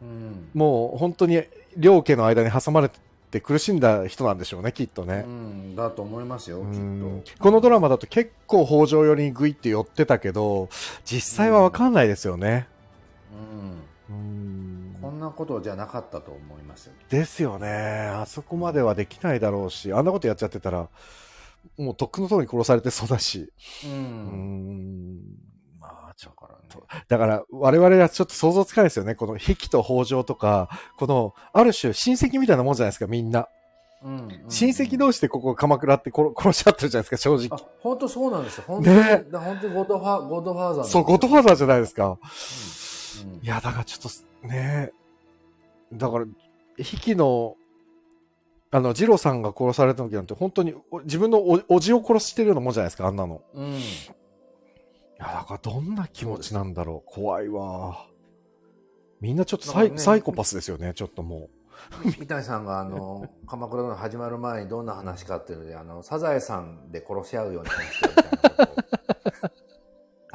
Speaker 2: うん
Speaker 1: もう本当に両家の間に挟まれって苦しんだ人なんでしょうね、きっとね
Speaker 2: う。ん、だと思いますよ、きっ
Speaker 1: うん
Speaker 2: と。
Speaker 1: このドラマだと結構北条寄りにグイって寄ってたけど、実際はわかんないですよね。
Speaker 2: う
Speaker 1: うん
Speaker 2: ん、こんなことじゃなかったと思いますよ。
Speaker 1: ですよね。あそこまではできないだろうし、あんなことやっちゃってたら、もうとっくのとおり殺されてそうだし。
Speaker 2: う、
Speaker 1: うんん。まあ、ち
Speaker 2: だ
Speaker 1: ょ
Speaker 2: からね。
Speaker 1: だから、我々はちょっと想像つかないですよね。この壁と北条とか、この、ある種親戚みたいなもんじゃないですか、みんな。
Speaker 2: うんうん
Speaker 1: 親戚同士でここ鎌倉って殺殺し合ってるじゃないですか、正
Speaker 2: あ
Speaker 1: 直。、
Speaker 2: 本当そうなんですよ。本当に、
Speaker 1: ね
Speaker 2: だ本当にゴッドファー、ゴッドファーザーなんです
Speaker 1: そう、
Speaker 2: よ
Speaker 1: ゴッドファーザーじゃないですか。
Speaker 2: うん
Speaker 1: いや、だからちょっと、ねえだから、引きの、あの、二郎さんが殺された時なんて、本当にお自分のおおじを殺してるようなもんじゃないですか、あんなの。
Speaker 2: うん。
Speaker 1: いや、だからどんな気持ちなんだろう。怖いわ。みんなちょっと
Speaker 2: な
Speaker 1: サイ,、
Speaker 2: んかね
Speaker 1: サイコパスですよね、ちょっとも
Speaker 2: 三谷さんが、あの、鎌倉の始まる前にどんな話かっていうので、あの、サザエさんで殺し合うように話してるみたいなこ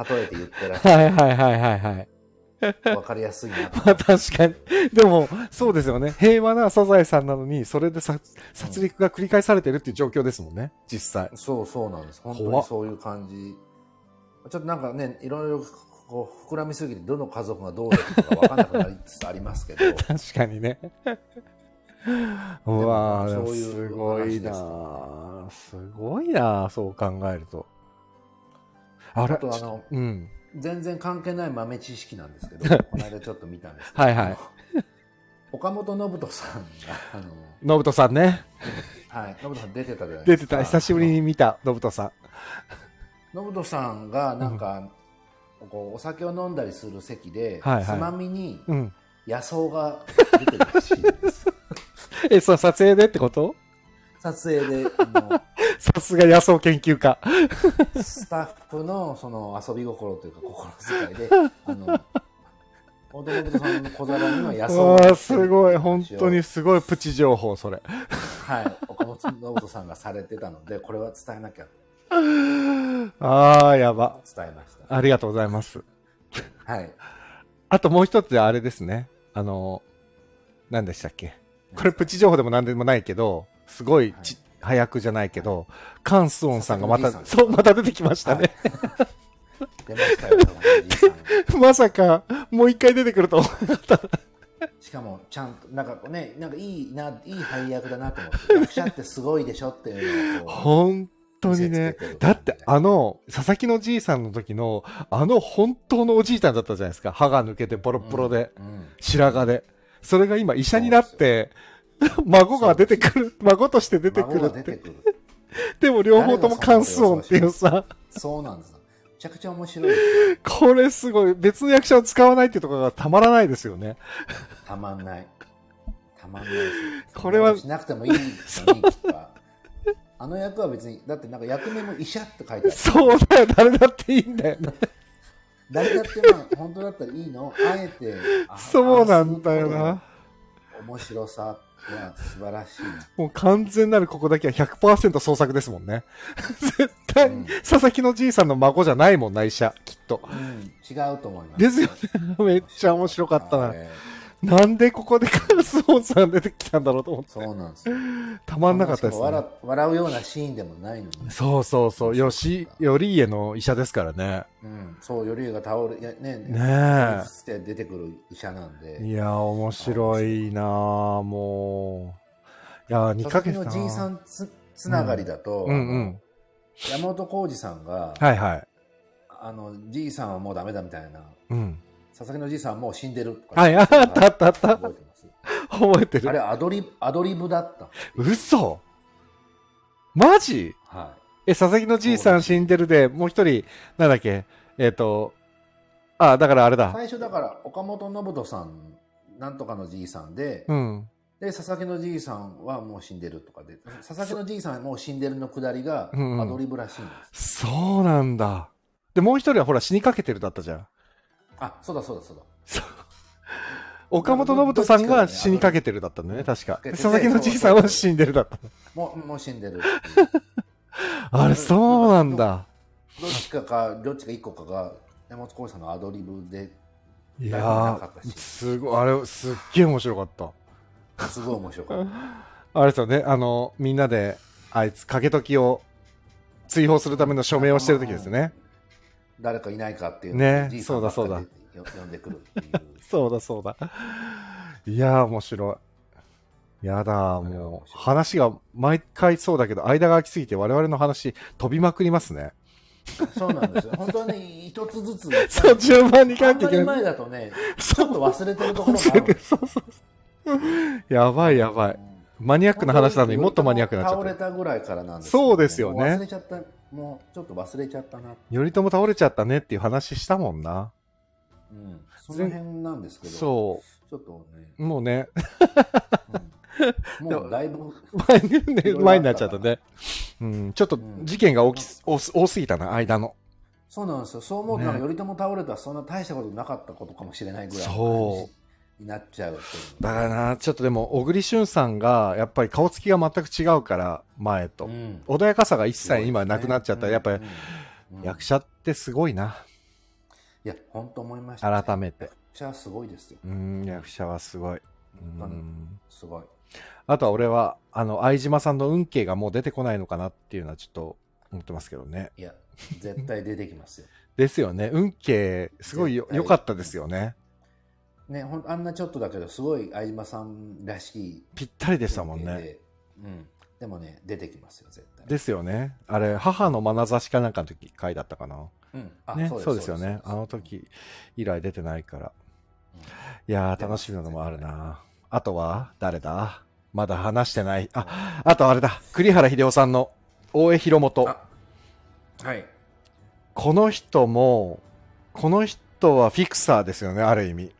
Speaker 2: とを例えて言ってらっ
Speaker 1: う。
Speaker 2: しゃる。
Speaker 1: はいはいはいはい。
Speaker 2: わかりやすい なと。
Speaker 1: まあ確かに。でも、そうですよね。平和なサザエさんなのに、それでさ殺戮が繰り返されてるっていう状況ですもんね、実際。
Speaker 2: そうそうなんです。本当
Speaker 1: 怖
Speaker 2: に
Speaker 1: っ
Speaker 2: そういう感じ。ちょっとなんかね、いろいろこう膨らみすぎて、どの家族がどうだったかわかんなくなりつつありますけど。
Speaker 1: 確かにね。うわあ、
Speaker 2: でもそういう
Speaker 1: すごいなあすごいなあそう考えると。 あ
Speaker 2: あ
Speaker 1: れ
Speaker 2: とあの、
Speaker 1: うん。
Speaker 2: 全然関係ない豆知識なんですけど、この間ちょっと見たんですけど。
Speaker 1: はいはい。
Speaker 2: 岡本信人さんが、あの、
Speaker 1: 信人さんね。
Speaker 2: はい、信人さん出てたじゃないで
Speaker 1: 出
Speaker 2: す
Speaker 1: て
Speaker 2: か。
Speaker 1: た。久しぶりに見た、信人さん。
Speaker 2: 信人さんがなんか、こうお酒を飲んだりする席で、
Speaker 1: はいはい
Speaker 2: つまみに
Speaker 1: うん。
Speaker 2: 野草が出てるらしいです。
Speaker 1: え、その撮影でってこと
Speaker 2: 撮影であ
Speaker 1: さすが野草研究家。
Speaker 2: のスタッフのその遊び心というか心遣 いで、あの弟さんの小皿には野
Speaker 1: わ
Speaker 2: 草が
Speaker 1: あすごい。本当に
Speaker 2: は
Speaker 1: すごいプチ情報、それ。
Speaker 2: い、岡本信人さんがされてたので、これは伝えなきゃ
Speaker 1: ああ、やば。
Speaker 2: 伝えました。
Speaker 1: ありがとうございます。
Speaker 2: はい。
Speaker 1: あともう一つあれですね。あの、何でしたっけ。これプチ情報でも何でもないけど、すごいち、早くじゃないけど、カンスオンさんがまた
Speaker 2: 佐々、木さん
Speaker 1: そう、また出てきましたね。
Speaker 2: 出ましたよ、田中理恵さ ん
Speaker 1: まさか、もう一回出てくると思う。
Speaker 2: しかも、ちゃんと、なんかね、なんかいいな、いい配役だなと思って、役者ってすごいでしょっていうのをこ
Speaker 1: 本当に
Speaker 2: 見せ
Speaker 1: ね
Speaker 2: つけてる。
Speaker 1: だって、あの、佐々木のじいさんの時の、あの本当のおじいちゃんだったじゃないですか。歯が抜けて、ボロ
Speaker 2: う、
Speaker 1: ッボロで。
Speaker 2: うん、
Speaker 1: 白髪で。それが今医者になって、孫が出てくる、孫として出てく
Speaker 2: 孫
Speaker 1: る
Speaker 2: が
Speaker 1: っ
Speaker 2: 出
Speaker 1: て。
Speaker 2: てくる。
Speaker 1: でも両方とも関数音っていうさ、
Speaker 2: そうなんですよ。めちゃくちゃ面白いですよ
Speaker 1: これすごい。別の役者を使わないっていうところがたまらないですよね。
Speaker 2: たまんない。たまんないですよ
Speaker 1: これは
Speaker 2: しなくてもいいのに、きっとはあの役は別に、だってなんか役名も医者って書いてある。
Speaker 1: そうだよ、誰だっていいんだよね。
Speaker 2: 誰だってまあ、本当だったらいいのをあえて、あ
Speaker 1: そうなんだよ。な。
Speaker 2: 面白さは素晴らしいな
Speaker 1: もう完全なるここだけは100%創作ですもんね。 絶対
Speaker 2: うん
Speaker 1: に佐々木のじいさんの孫じゃないもんな、医者、きっと。
Speaker 2: うん、違うと思います。
Speaker 1: ですよね。 めっちゃ面白かったな
Speaker 2: あ。れ
Speaker 1: なんでここで関数音さん出てきたんだろうと思って。
Speaker 2: そうなんですよ。
Speaker 1: たまんなかったですね。
Speaker 2: 笑笑うようなシーンでもないのに。
Speaker 1: そうそうそう、よし、より家の医者ですからね。
Speaker 2: うん、そう、頼家が倒れ、いやね、
Speaker 1: ね
Speaker 2: して出てくる医者なんで。
Speaker 1: え。いやー、面白いなあもう。いやー、2ヶ
Speaker 2: 佐
Speaker 1: 月
Speaker 2: 々木の
Speaker 1: な
Speaker 2: じいさんつつながりだと、
Speaker 1: うんうん。
Speaker 2: 山本浩二さんが、
Speaker 1: はいはい。
Speaker 2: あの、じいさんはもうダメだみたいな、
Speaker 1: うん。
Speaker 2: 佐々木のじいさんはもう死んでるとか。
Speaker 1: はい、あったあった あった。
Speaker 2: 覚えてます
Speaker 1: 覚えて
Speaker 2: あれ
Speaker 1: る。
Speaker 2: アドリブ、アドリブだった。
Speaker 1: 嘘マジ
Speaker 2: は
Speaker 1: え、佐々木のじいさん死んでるで、もう一人、なんだっけ、えっ、と、あ、だからあれ
Speaker 2: い。
Speaker 1: だ。
Speaker 2: 最初だから、岡本信人さん、なんとかのじいさんで、
Speaker 1: うん。
Speaker 2: で、佐々木のじいさんはもう死んでるとかで、佐々木のじいさんはもう死んでるのくだりが
Speaker 1: うんうん
Speaker 2: アドリブらしいんです。
Speaker 1: そうなんだ。で、もう一人はほら、死にかけてるだったじゃん。
Speaker 2: あ、そうだそうだそうだ。
Speaker 1: そう岡本信人さんが死にかけてるだったんだよね、確か。で佐々木のじいさんは死んでるだったの。
Speaker 2: もう、もう死ん でるっていう。
Speaker 1: あれ、そうなんだ。
Speaker 2: どっちかか、どっちか一個かが、山本浩二さんのアドリブで、
Speaker 1: いやー、すごい、あれ、すっげえ面白かった。
Speaker 2: すごい面白かっ
Speaker 1: あれですよね、あの、みんなで、あいつ、掛け時を追放するための署名をしてる時ですね。
Speaker 2: 誰かいないかっていう
Speaker 1: ね
Speaker 2: じいさんばっかり
Speaker 1: そうだ
Speaker 2: よ呼んでくるっていう
Speaker 1: そうだ、そうだ。いやー、面白い。やだ、
Speaker 2: あれは面
Speaker 1: もう、
Speaker 2: 白い
Speaker 1: 話が毎回そうだけど、間が空きすぎて、我々の話、飛びまくりますね。
Speaker 2: そうなんですよ本当に一つずつ
Speaker 1: そう、順番に行か
Speaker 2: あ
Speaker 1: なんきゃい
Speaker 2: ま
Speaker 1: け
Speaker 2: り
Speaker 1: ない。
Speaker 2: 前だとねち
Speaker 1: そ
Speaker 2: ょっと忘れてるとこ
Speaker 1: う、
Speaker 2: ろもある
Speaker 1: そう そうそう。やばい、やばい。マニアックな話なのにもっとマニアックになっちゃ
Speaker 2: 倒
Speaker 1: っ
Speaker 2: れ
Speaker 1: て
Speaker 2: たぐらいからなんです
Speaker 1: そうですよね
Speaker 2: もう忘れちゃったもうちょっと忘れちゃったな、
Speaker 1: る。頼朝倒れちゃったねっていう話したもんな。
Speaker 2: うん、その辺なんですけど
Speaker 1: そ
Speaker 2: ちょっとね、
Speaker 1: う。もうね、
Speaker 2: うんもうだいぶ
Speaker 1: 前にね
Speaker 2: いろいろあったから
Speaker 1: 前になっちゃったね。うん、ちょっと
Speaker 2: うん
Speaker 1: 事件が大きす、多す多すぎたな、間の。
Speaker 2: そうなんですよそう思うと
Speaker 1: ね
Speaker 2: なんか頼朝倒れたらそんな大したことなかったことかもしれないぐらいの
Speaker 1: そう
Speaker 2: 感じになっちゃうっていう
Speaker 1: だからな、ちょっとでも、小栗旬さんが、やっぱり顔つきが全く違うから、前と。
Speaker 2: うん
Speaker 1: 穏やかさが一切今なくなっちゃったら、やっぱり
Speaker 2: うん
Speaker 1: 役者ってすごいな、
Speaker 2: いや本当思いました、
Speaker 1: 改めて
Speaker 2: 役。者はすごいですよ
Speaker 1: うん、役者はすごい。う
Speaker 2: 本当に
Speaker 1: ん
Speaker 2: すごい
Speaker 1: あとは俺は、あの、相島さんの運慶がもう出てこないのかなっていうのはちょっと思ってますけどね。
Speaker 2: いや絶対出てきますよ
Speaker 1: ですよね。運慶、すごいよ
Speaker 2: 絶対
Speaker 1: 良かったですよね。
Speaker 2: ねほんあんなちょっとだけどすごい相島さんらしい
Speaker 1: ぴったりでしたもんね。
Speaker 2: で、うん、でもね出てきますよ絶対
Speaker 1: ですよね。あれ、母の眼差しかなんかの時、回だったかな。
Speaker 2: うんあ
Speaker 1: ね、そうですよ
Speaker 2: そう
Speaker 1: ね
Speaker 2: で。す
Speaker 1: あの時以来出てないから
Speaker 2: うん。
Speaker 1: いやー、楽しみなのもあるな。あとは、誰だまだ話してない。あ、あとあれだ。栗原秀夫さんの大江広元。
Speaker 2: あはい
Speaker 1: この人も、この人はフィクサーですよね、ある意味。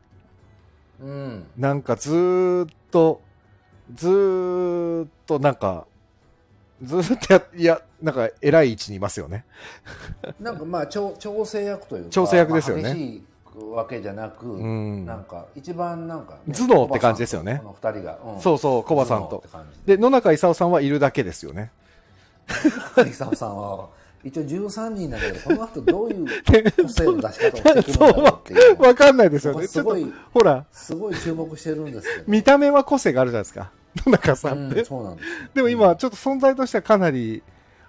Speaker 2: うん
Speaker 1: なんかずーっと、ずーっとなんか、ずーっとや、いや、なんか偉い位置にいますよね。
Speaker 2: なんかまあ調調整役というか
Speaker 1: 調整役ですよね
Speaker 2: まあ激しいわけじゃなく、
Speaker 1: うん
Speaker 2: なんか一番なんかね、
Speaker 1: 頭脳って感じですよね
Speaker 2: この二人が、うん
Speaker 1: そうそう、コバさんと。
Speaker 2: 頭脳って感
Speaker 1: で、野中勲さんはいるだけですよね。
Speaker 2: じで伊沢さんは一応13人だけどこの後どういう
Speaker 1: で
Speaker 2: 個性の出し方をしてくるんだろうっていう
Speaker 1: そう、 わかんないですよ
Speaker 2: こ
Speaker 1: ね。
Speaker 2: れ
Speaker 1: ち
Speaker 2: す
Speaker 1: ょっと
Speaker 2: ご、い
Speaker 1: ほら、
Speaker 2: すごい注目してるんですけど
Speaker 1: 見た目は個性があるじゃないですか。 野中さんっ
Speaker 2: う
Speaker 1: て
Speaker 2: ん、。そうなんですよ
Speaker 1: でも今、ちょっと存在としてはかなり、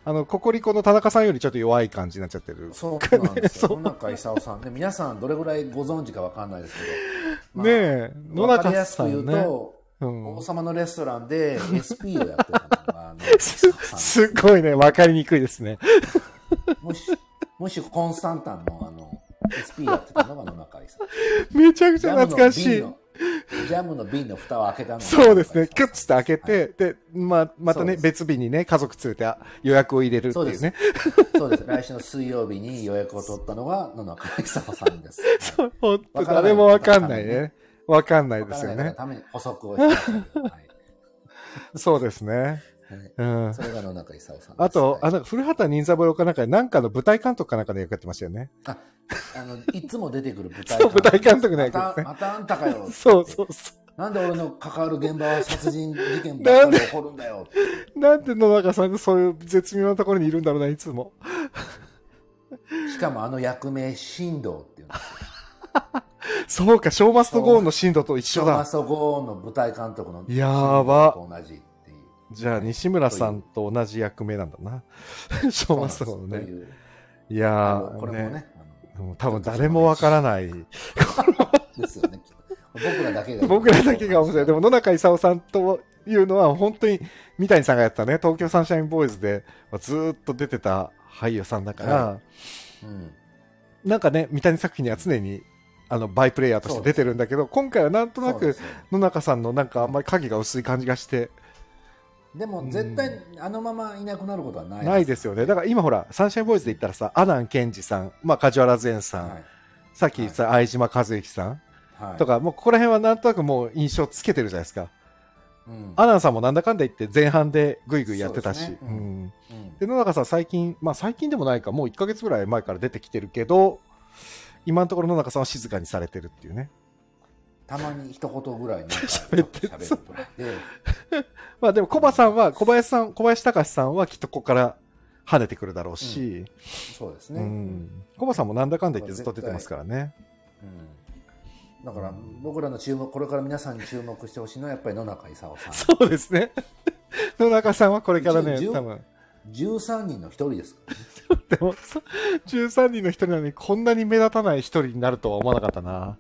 Speaker 1: あの、ココリコの田中さんよりちょっと弱い感じになっちゃってる。
Speaker 2: そうなんですよ。
Speaker 1: そう
Speaker 2: 野中勲さん。で、皆さんどれぐらいご存知かわかんないですけど。まあ
Speaker 1: ねえ、野
Speaker 2: わかり
Speaker 1: 中
Speaker 2: やす
Speaker 1: さ
Speaker 2: く言
Speaker 1: ん
Speaker 2: う
Speaker 1: ね。
Speaker 2: と、
Speaker 1: うん
Speaker 2: 王様のレストランで SP をやってたのが、あの
Speaker 1: すすっごいね、わかりにくいですね。
Speaker 2: もし、もしコンスタンタンのあの、SP やってたのが野中勲さん。
Speaker 1: めちゃくち
Speaker 2: ジ
Speaker 1: ゃ
Speaker 2: ャム
Speaker 1: 懐
Speaker 2: の
Speaker 1: かしい
Speaker 2: 瓶。のジャムの瓶の蓋を開けたのが
Speaker 1: そうですね、キュッつって開け
Speaker 2: は
Speaker 1: て、で、ま、また
Speaker 2: そう
Speaker 1: ね、
Speaker 2: です
Speaker 1: 別日にね、家族連れてあ予約を入れるって
Speaker 2: そう
Speaker 1: い
Speaker 2: で
Speaker 1: う
Speaker 2: す
Speaker 1: ね
Speaker 2: ね。。そうです。来週の水曜日に予約を取ったのが野中勲さんです。
Speaker 1: そう、ほんと
Speaker 2: わからな
Speaker 1: 誰
Speaker 2: い
Speaker 1: もわかんないね。わかんない
Speaker 2: わ
Speaker 1: で
Speaker 2: か
Speaker 1: す
Speaker 2: ら
Speaker 1: よ
Speaker 2: ないが
Speaker 1: ね。
Speaker 2: ために補足をしてましたけどはい
Speaker 1: そうですね。
Speaker 2: はい
Speaker 1: うん。
Speaker 2: それが野中勲さんです。
Speaker 1: あと
Speaker 2: はい、
Speaker 1: あの、古畑任三郎かなんかで、なんかの舞台監督かなんかで役やってましたよね。
Speaker 2: あ あのいつも出てくる舞台
Speaker 1: そう、舞台監督の
Speaker 2: ま
Speaker 1: 役
Speaker 2: た
Speaker 1: ですね。
Speaker 2: またあんたかよ
Speaker 1: そうそうそ
Speaker 2: なんで俺の関わる現場は殺人事件ばっかり起こるんだよって
Speaker 1: う。なんで野中さんがそういう絶妙なところにいるんだろうな、いつも。
Speaker 2: しかもあの役名神 道っていうの
Speaker 1: そうか、ショーマストゴーンの進度と一
Speaker 2: シ
Speaker 1: 緒
Speaker 2: ョマ
Speaker 1: だ。
Speaker 2: ソゴーンの舞台監督の
Speaker 1: やーば
Speaker 2: 神道と同じっていう
Speaker 1: じゃあ、西村さんと同じ役名なんだな。ショーマストゴーンの
Speaker 2: と
Speaker 1: ね。
Speaker 2: いう
Speaker 1: い
Speaker 2: あ
Speaker 1: や
Speaker 2: の
Speaker 1: ー、
Speaker 2: これもね
Speaker 1: もう多分誰もわから ない。
Speaker 2: あのですよねきっと僕らだけ が
Speaker 1: 僕らだけが面白い。で
Speaker 2: も
Speaker 1: も野中勲さんというのは本当に三谷さんがやったね、東京サンシャインボーイズでずーっと出てた俳優さんだから、
Speaker 2: はうん
Speaker 1: なんかね、三谷作品には常にあのバイプレイヤーとして出てるんだけど、今回はなんとな
Speaker 2: そうで
Speaker 1: く
Speaker 2: すよ
Speaker 1: 野中さんのなんかあんまり影が薄い感じがして
Speaker 2: でも絶対あのままいなくなることはない
Speaker 1: ないですよね。だから今ほら、サンシャインボーイズで言ったらさ、阿南健二さん、まあ梶原善さん、
Speaker 2: はい
Speaker 1: さっき言った相島和之さん
Speaker 2: はい
Speaker 1: とか、もうここら辺はなんとなくもう印象つけてるじゃないですか。
Speaker 2: うん
Speaker 1: 阿南さんもなんだかんだ言って前半でぐいぐいやってた
Speaker 2: そう
Speaker 1: し
Speaker 2: で。す
Speaker 1: う
Speaker 2: ねうん
Speaker 1: ん
Speaker 2: うん
Speaker 1: で野中さん最近まあ最近でもないかもう1ヶ月ぐらい前から出てきてるけど今のところ野中さんは静かにされてるっていうね
Speaker 2: たまに一言ぐらいなんか
Speaker 1: 喋って
Speaker 2: 喋るぐらいで
Speaker 1: まあでもコバさんは小林さん小林隆さんはきっとここから跳ねてくるだろうし、
Speaker 2: そうです
Speaker 1: うん
Speaker 2: ね、
Speaker 1: コバさんもなんだかんだ言ってずっと出てますからね
Speaker 2: うんだから僕らの注目これから皆さんに注目してほしいのはやっぱり野中勲さん
Speaker 1: そうですね野中さんはこれからね
Speaker 2: じゅう
Speaker 1: 多分
Speaker 2: 13人の一人です。
Speaker 1: でもそ13人の一人なのにこんなに目立たない一人になるとは思わなかったな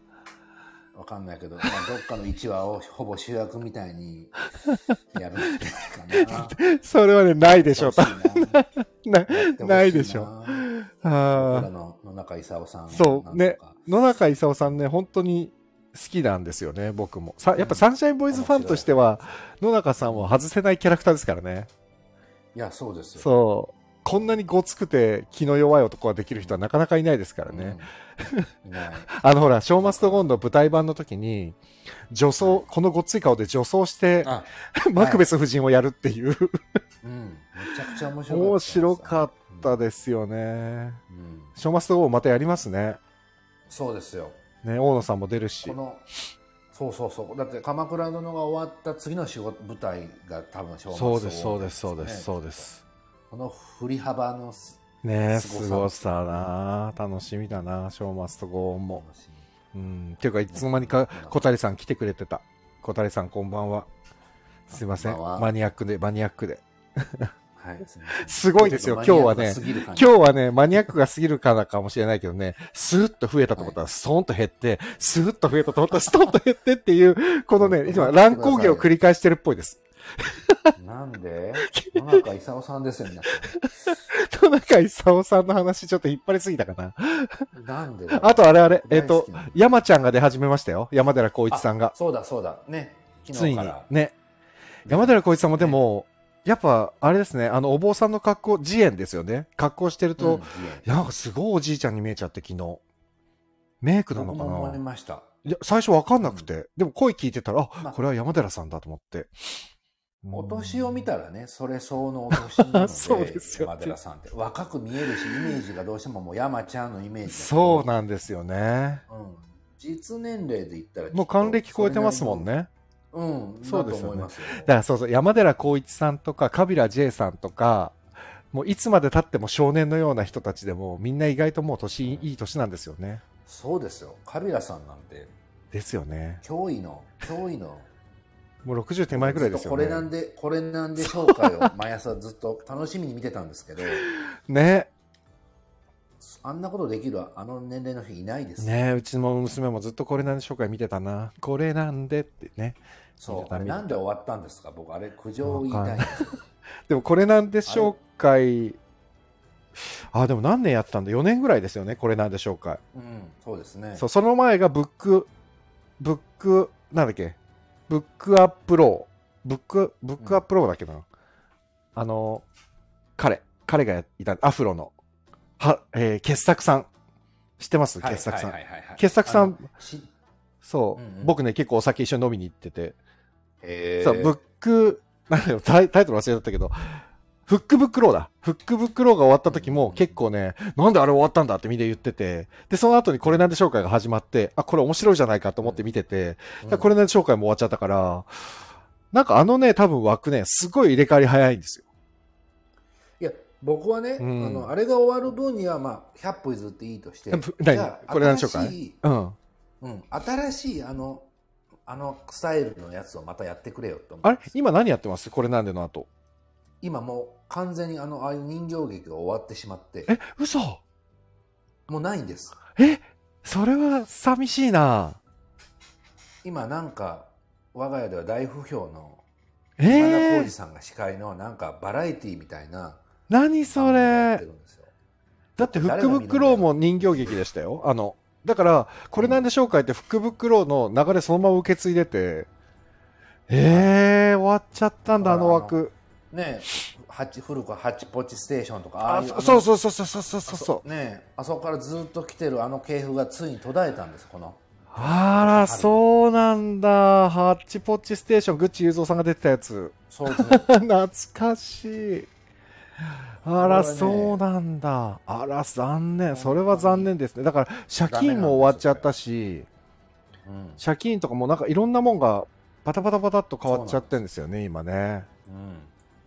Speaker 2: わかんないけど、まあ、どっかの1話をほぼ主役みたいにやるんじゃないかな。
Speaker 1: それはねないで
Speaker 2: で
Speaker 1: しょうなないでしょう
Speaker 2: ょ。僕
Speaker 1: あ
Speaker 2: ら
Speaker 1: あ
Speaker 2: の野中勲さん。
Speaker 1: そうね
Speaker 2: なんとか。
Speaker 1: 野中勲さんね本当に好きなんですよね僕もさやっぱサンシャインボーイズファンとしては野中さんは外せないキャラクターですからね
Speaker 2: いや、そうですよ。
Speaker 1: そうこんなにごつくて気の弱い男ができる人はなかなかいないですからね、
Speaker 2: うん。いない。
Speaker 1: あのほら、ショーマストゴンの舞台版の時に、女装、このごっつい顔で女装して、
Speaker 2: あ、
Speaker 1: マクベス夫人をやるっていう、
Speaker 2: うん。めちゃくちゃ面白かった。
Speaker 1: 面白かったですよね。
Speaker 2: うん。
Speaker 1: ショーマストゴンまたやりますね。
Speaker 2: そうですよ。
Speaker 1: ね、大野さんも出るし
Speaker 2: こ。の、そうそうそう。だって、鎌倉殿が終わった次の仕事、舞台が多分、
Speaker 1: そうです、そうです、そうです、そうで。す。
Speaker 2: この振り幅のす
Speaker 1: ね
Speaker 2: すご
Speaker 1: す
Speaker 2: さ
Speaker 1: ごさな楽しみだなショーマストゴーンも。
Speaker 2: 楽しみ
Speaker 1: うん。っていうか、いつの間にか小谷さん来てくれてた。小谷さんこんばんは。すいません。
Speaker 2: こんばんは
Speaker 1: マニアックで、マニアックで。
Speaker 2: はい、すみません
Speaker 1: すごいですよ今日はね
Speaker 2: ちょっとマニアックすぎる感じ
Speaker 1: 今日はね、マニアックが過ぎるからかもしれないけどね、スーッと増えたと思ったら、ストンと減って、スーッと増えたと思ったら、ストンと減ってっていう、このね、今、乱高下を繰り返してるっぽいです。
Speaker 2: なん で野中勲さんですよ、皆さ
Speaker 1: 田中勲さんの話、ちょっと引っ張りすぎたかな。
Speaker 2: ん。なんで
Speaker 1: あと、あれあれ、えっ、
Speaker 2: 大好
Speaker 1: と
Speaker 2: きな、
Speaker 1: 山ちゃんが出始めましたよ。山寺宏一さんが。
Speaker 2: そうだそうだ。ね。
Speaker 1: つ
Speaker 2: 昨
Speaker 1: い
Speaker 2: 日か
Speaker 1: に
Speaker 2: ら。。
Speaker 1: ね。山寺宏一さんもでも、やっぱ、あれですね、あの、お坊さんの格好、慈円ですよね。格好してる
Speaker 2: うん、
Speaker 1: と、
Speaker 2: い
Speaker 1: い
Speaker 2: え
Speaker 1: や、なんかすごいおじいちゃんに見えちゃって、昨日。メイクなの
Speaker 2: 僕
Speaker 1: か
Speaker 2: も
Speaker 1: な
Speaker 2: 思いました。
Speaker 1: いや、最初わかんなくて、でも声聞いてたら、あ、
Speaker 2: まあ
Speaker 1: これは山寺さんだと思って。うん
Speaker 2: お年を見たらね、それ相応のお年なので、
Speaker 1: そうですよ
Speaker 2: 山寺さんって。若く見えるし、イメージがどうしてももう山ちゃんのイメージだけど
Speaker 1: そうなんですよね。
Speaker 2: うん。実年齢で言ったらきっと
Speaker 1: もう還暦超えてますもん。ね。
Speaker 2: それなりのうん、
Speaker 1: そうですよね
Speaker 2: だと思いますよ。
Speaker 1: だからそうそう、山寺宏一さんとか、カビラ J さんとか、もういつまで経っても少年のような人たちでも、みんな意外ともう年、いい年なんですよね。
Speaker 2: そうですよ。カビラさんなんて、
Speaker 1: ですよね。
Speaker 2: 脅威の、脅威の。
Speaker 1: もう60手前ぐらいですよ
Speaker 2: ずっとこれなん
Speaker 1: ね。
Speaker 2: で、これなんで 紹介を毎朝ずっと楽しみに見てたんですけど、
Speaker 1: ね。
Speaker 2: あんなことできるあの年齢の人いないです。
Speaker 1: ねうちの娘もずっとこれなんで紹介見てたな。これなんでってね。
Speaker 2: そ
Speaker 1: 見て
Speaker 2: う。
Speaker 1: た
Speaker 2: あれなんで終わったんですか僕、あれ苦情を言いたいんですよ。
Speaker 1: でもこれなんでしょうかいあでも何年やってたんだ4年ぐらいですよねこれなんでしょうかい
Speaker 2: うん、そうですね。
Speaker 1: そうその前がブックブックなんだっけブックアップローブックブックアップローだっけな、あの彼彼がいたアフロのは、えー傑作さん知ってます、傑作さん、
Speaker 2: はいはいはいはい
Speaker 1: 傑作さん。
Speaker 2: あのし
Speaker 1: そう、
Speaker 2: うんうん
Speaker 1: 僕ね結構お酒一緒に飲みに行ってて、
Speaker 2: えー
Speaker 1: そうブックなんだよタイタイトル忘れちゃったけどフックブックローだフックブックローが終わった時も結構ねなんであれ終わったんだってみんな言っててでその後にこれなんで紹介が始まってあこれ面白いじゃないかと思って見てて、
Speaker 2: うん
Speaker 1: でこれなんで紹介も終わっちゃったからなんかあのね多分枠ねすごい入れ替わり早いんですよ
Speaker 2: いや、僕はね、
Speaker 1: うん
Speaker 2: あの、あれが終わる分には、まあ、100歩譲っていいとして、
Speaker 1: ぶ 何
Speaker 2: じゃあ
Speaker 1: これなんでしょうかね
Speaker 2: 新しい
Speaker 1: うん
Speaker 2: うん、新しい、あの、あのスタイルのやつをまたやってくれよと思
Speaker 1: あ
Speaker 2: うん
Speaker 1: れ
Speaker 2: ですよ
Speaker 1: 今何やってますこれなんでの後
Speaker 2: 今もう完全にあのああいう人形劇が終わってしまって
Speaker 1: え嘘
Speaker 2: もうないんです
Speaker 1: えそれは寂しいな
Speaker 2: 今なんか我が家では大不評の
Speaker 1: え
Speaker 2: 今田耕司
Speaker 1: ー、
Speaker 2: さんが司会のなんかバラエティみたいな
Speaker 1: 何それ
Speaker 2: 番組をやってるんですよ
Speaker 1: だって、フックブックローも人形劇でしたよ。あの、だから、これなんで紹介って、フックブックローの流れそのまま受け継いでて、えー、終わっちゃったんだ、あ
Speaker 2: だから
Speaker 1: の枠。
Speaker 2: ねえハチ古くはハチポチステーションとかああ
Speaker 1: あ
Speaker 2: いうあの
Speaker 1: そうそうそうそうそうそうそう
Speaker 2: あねえあそこからずっと来てるあの系譜がついに途絶えたんですこの
Speaker 1: あら、そうなんだ。ハッチポッチステーション、グッチ雄三さんが出てたやつ。
Speaker 2: そうですね
Speaker 1: 懐かしい。あら、
Speaker 2: これはね
Speaker 1: そうなんだ。あら、残念。それは残念ですね。だから、借金も終わっちゃったし、
Speaker 2: うん、
Speaker 1: 借金とかもなんかいろんなもんがパタパタパタっと変わっちゃってんですよね今ね
Speaker 2: うん、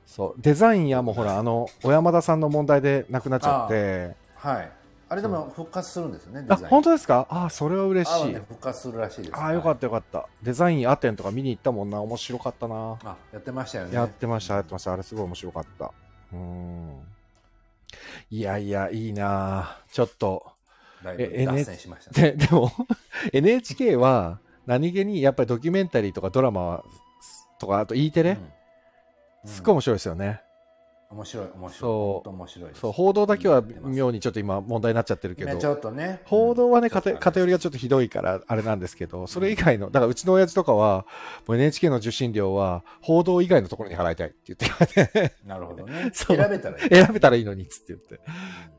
Speaker 1: そうデザインやもうほらあの小山田さんの問題でなくなっちゃって
Speaker 2: はいあれでも復活するんですよね、デ
Speaker 1: あ、
Speaker 2: ザイン。
Speaker 1: 本当ですかああ、それは嬉
Speaker 2: あは
Speaker 1: しい
Speaker 2: ね。復活するらしいです。
Speaker 1: ああ、よかったよかった。デザインアテンとか見に行ったもんな。面白かったな。
Speaker 2: た。あ、やってましたよね。
Speaker 1: やってました、やってま
Speaker 2: し
Speaker 1: した。あれすごい面白かった。うーん。いやいや、いいなぁちょっと。
Speaker 2: た。だいぶ
Speaker 1: え
Speaker 2: 脱線しましたね。
Speaker 1: で、 でも、NHK は何気にやっぱりドキュメンタリーとかドラマはとか、あと E テレ、
Speaker 2: うん
Speaker 1: すっごい面白いですよね。
Speaker 2: 面白い、面白い。
Speaker 1: そう
Speaker 2: 本当面白いです。
Speaker 1: そう、報道だけは
Speaker 2: うん
Speaker 1: 妙にちょっと今問題になっちゃってるけ
Speaker 2: ね
Speaker 1: ど
Speaker 2: ち。ょっとね。
Speaker 1: 報道はね、
Speaker 2: うん
Speaker 1: 偏偏りがちょっとひどいから、あれなんですけど、それ以外の、だからうちの親父とかは、もう NHK の受信料は、報道以外のところに払いたいって言って、
Speaker 2: なるほどね。
Speaker 1: そう
Speaker 2: 選べたらいい。
Speaker 1: 選べたらいいのにっつって言って。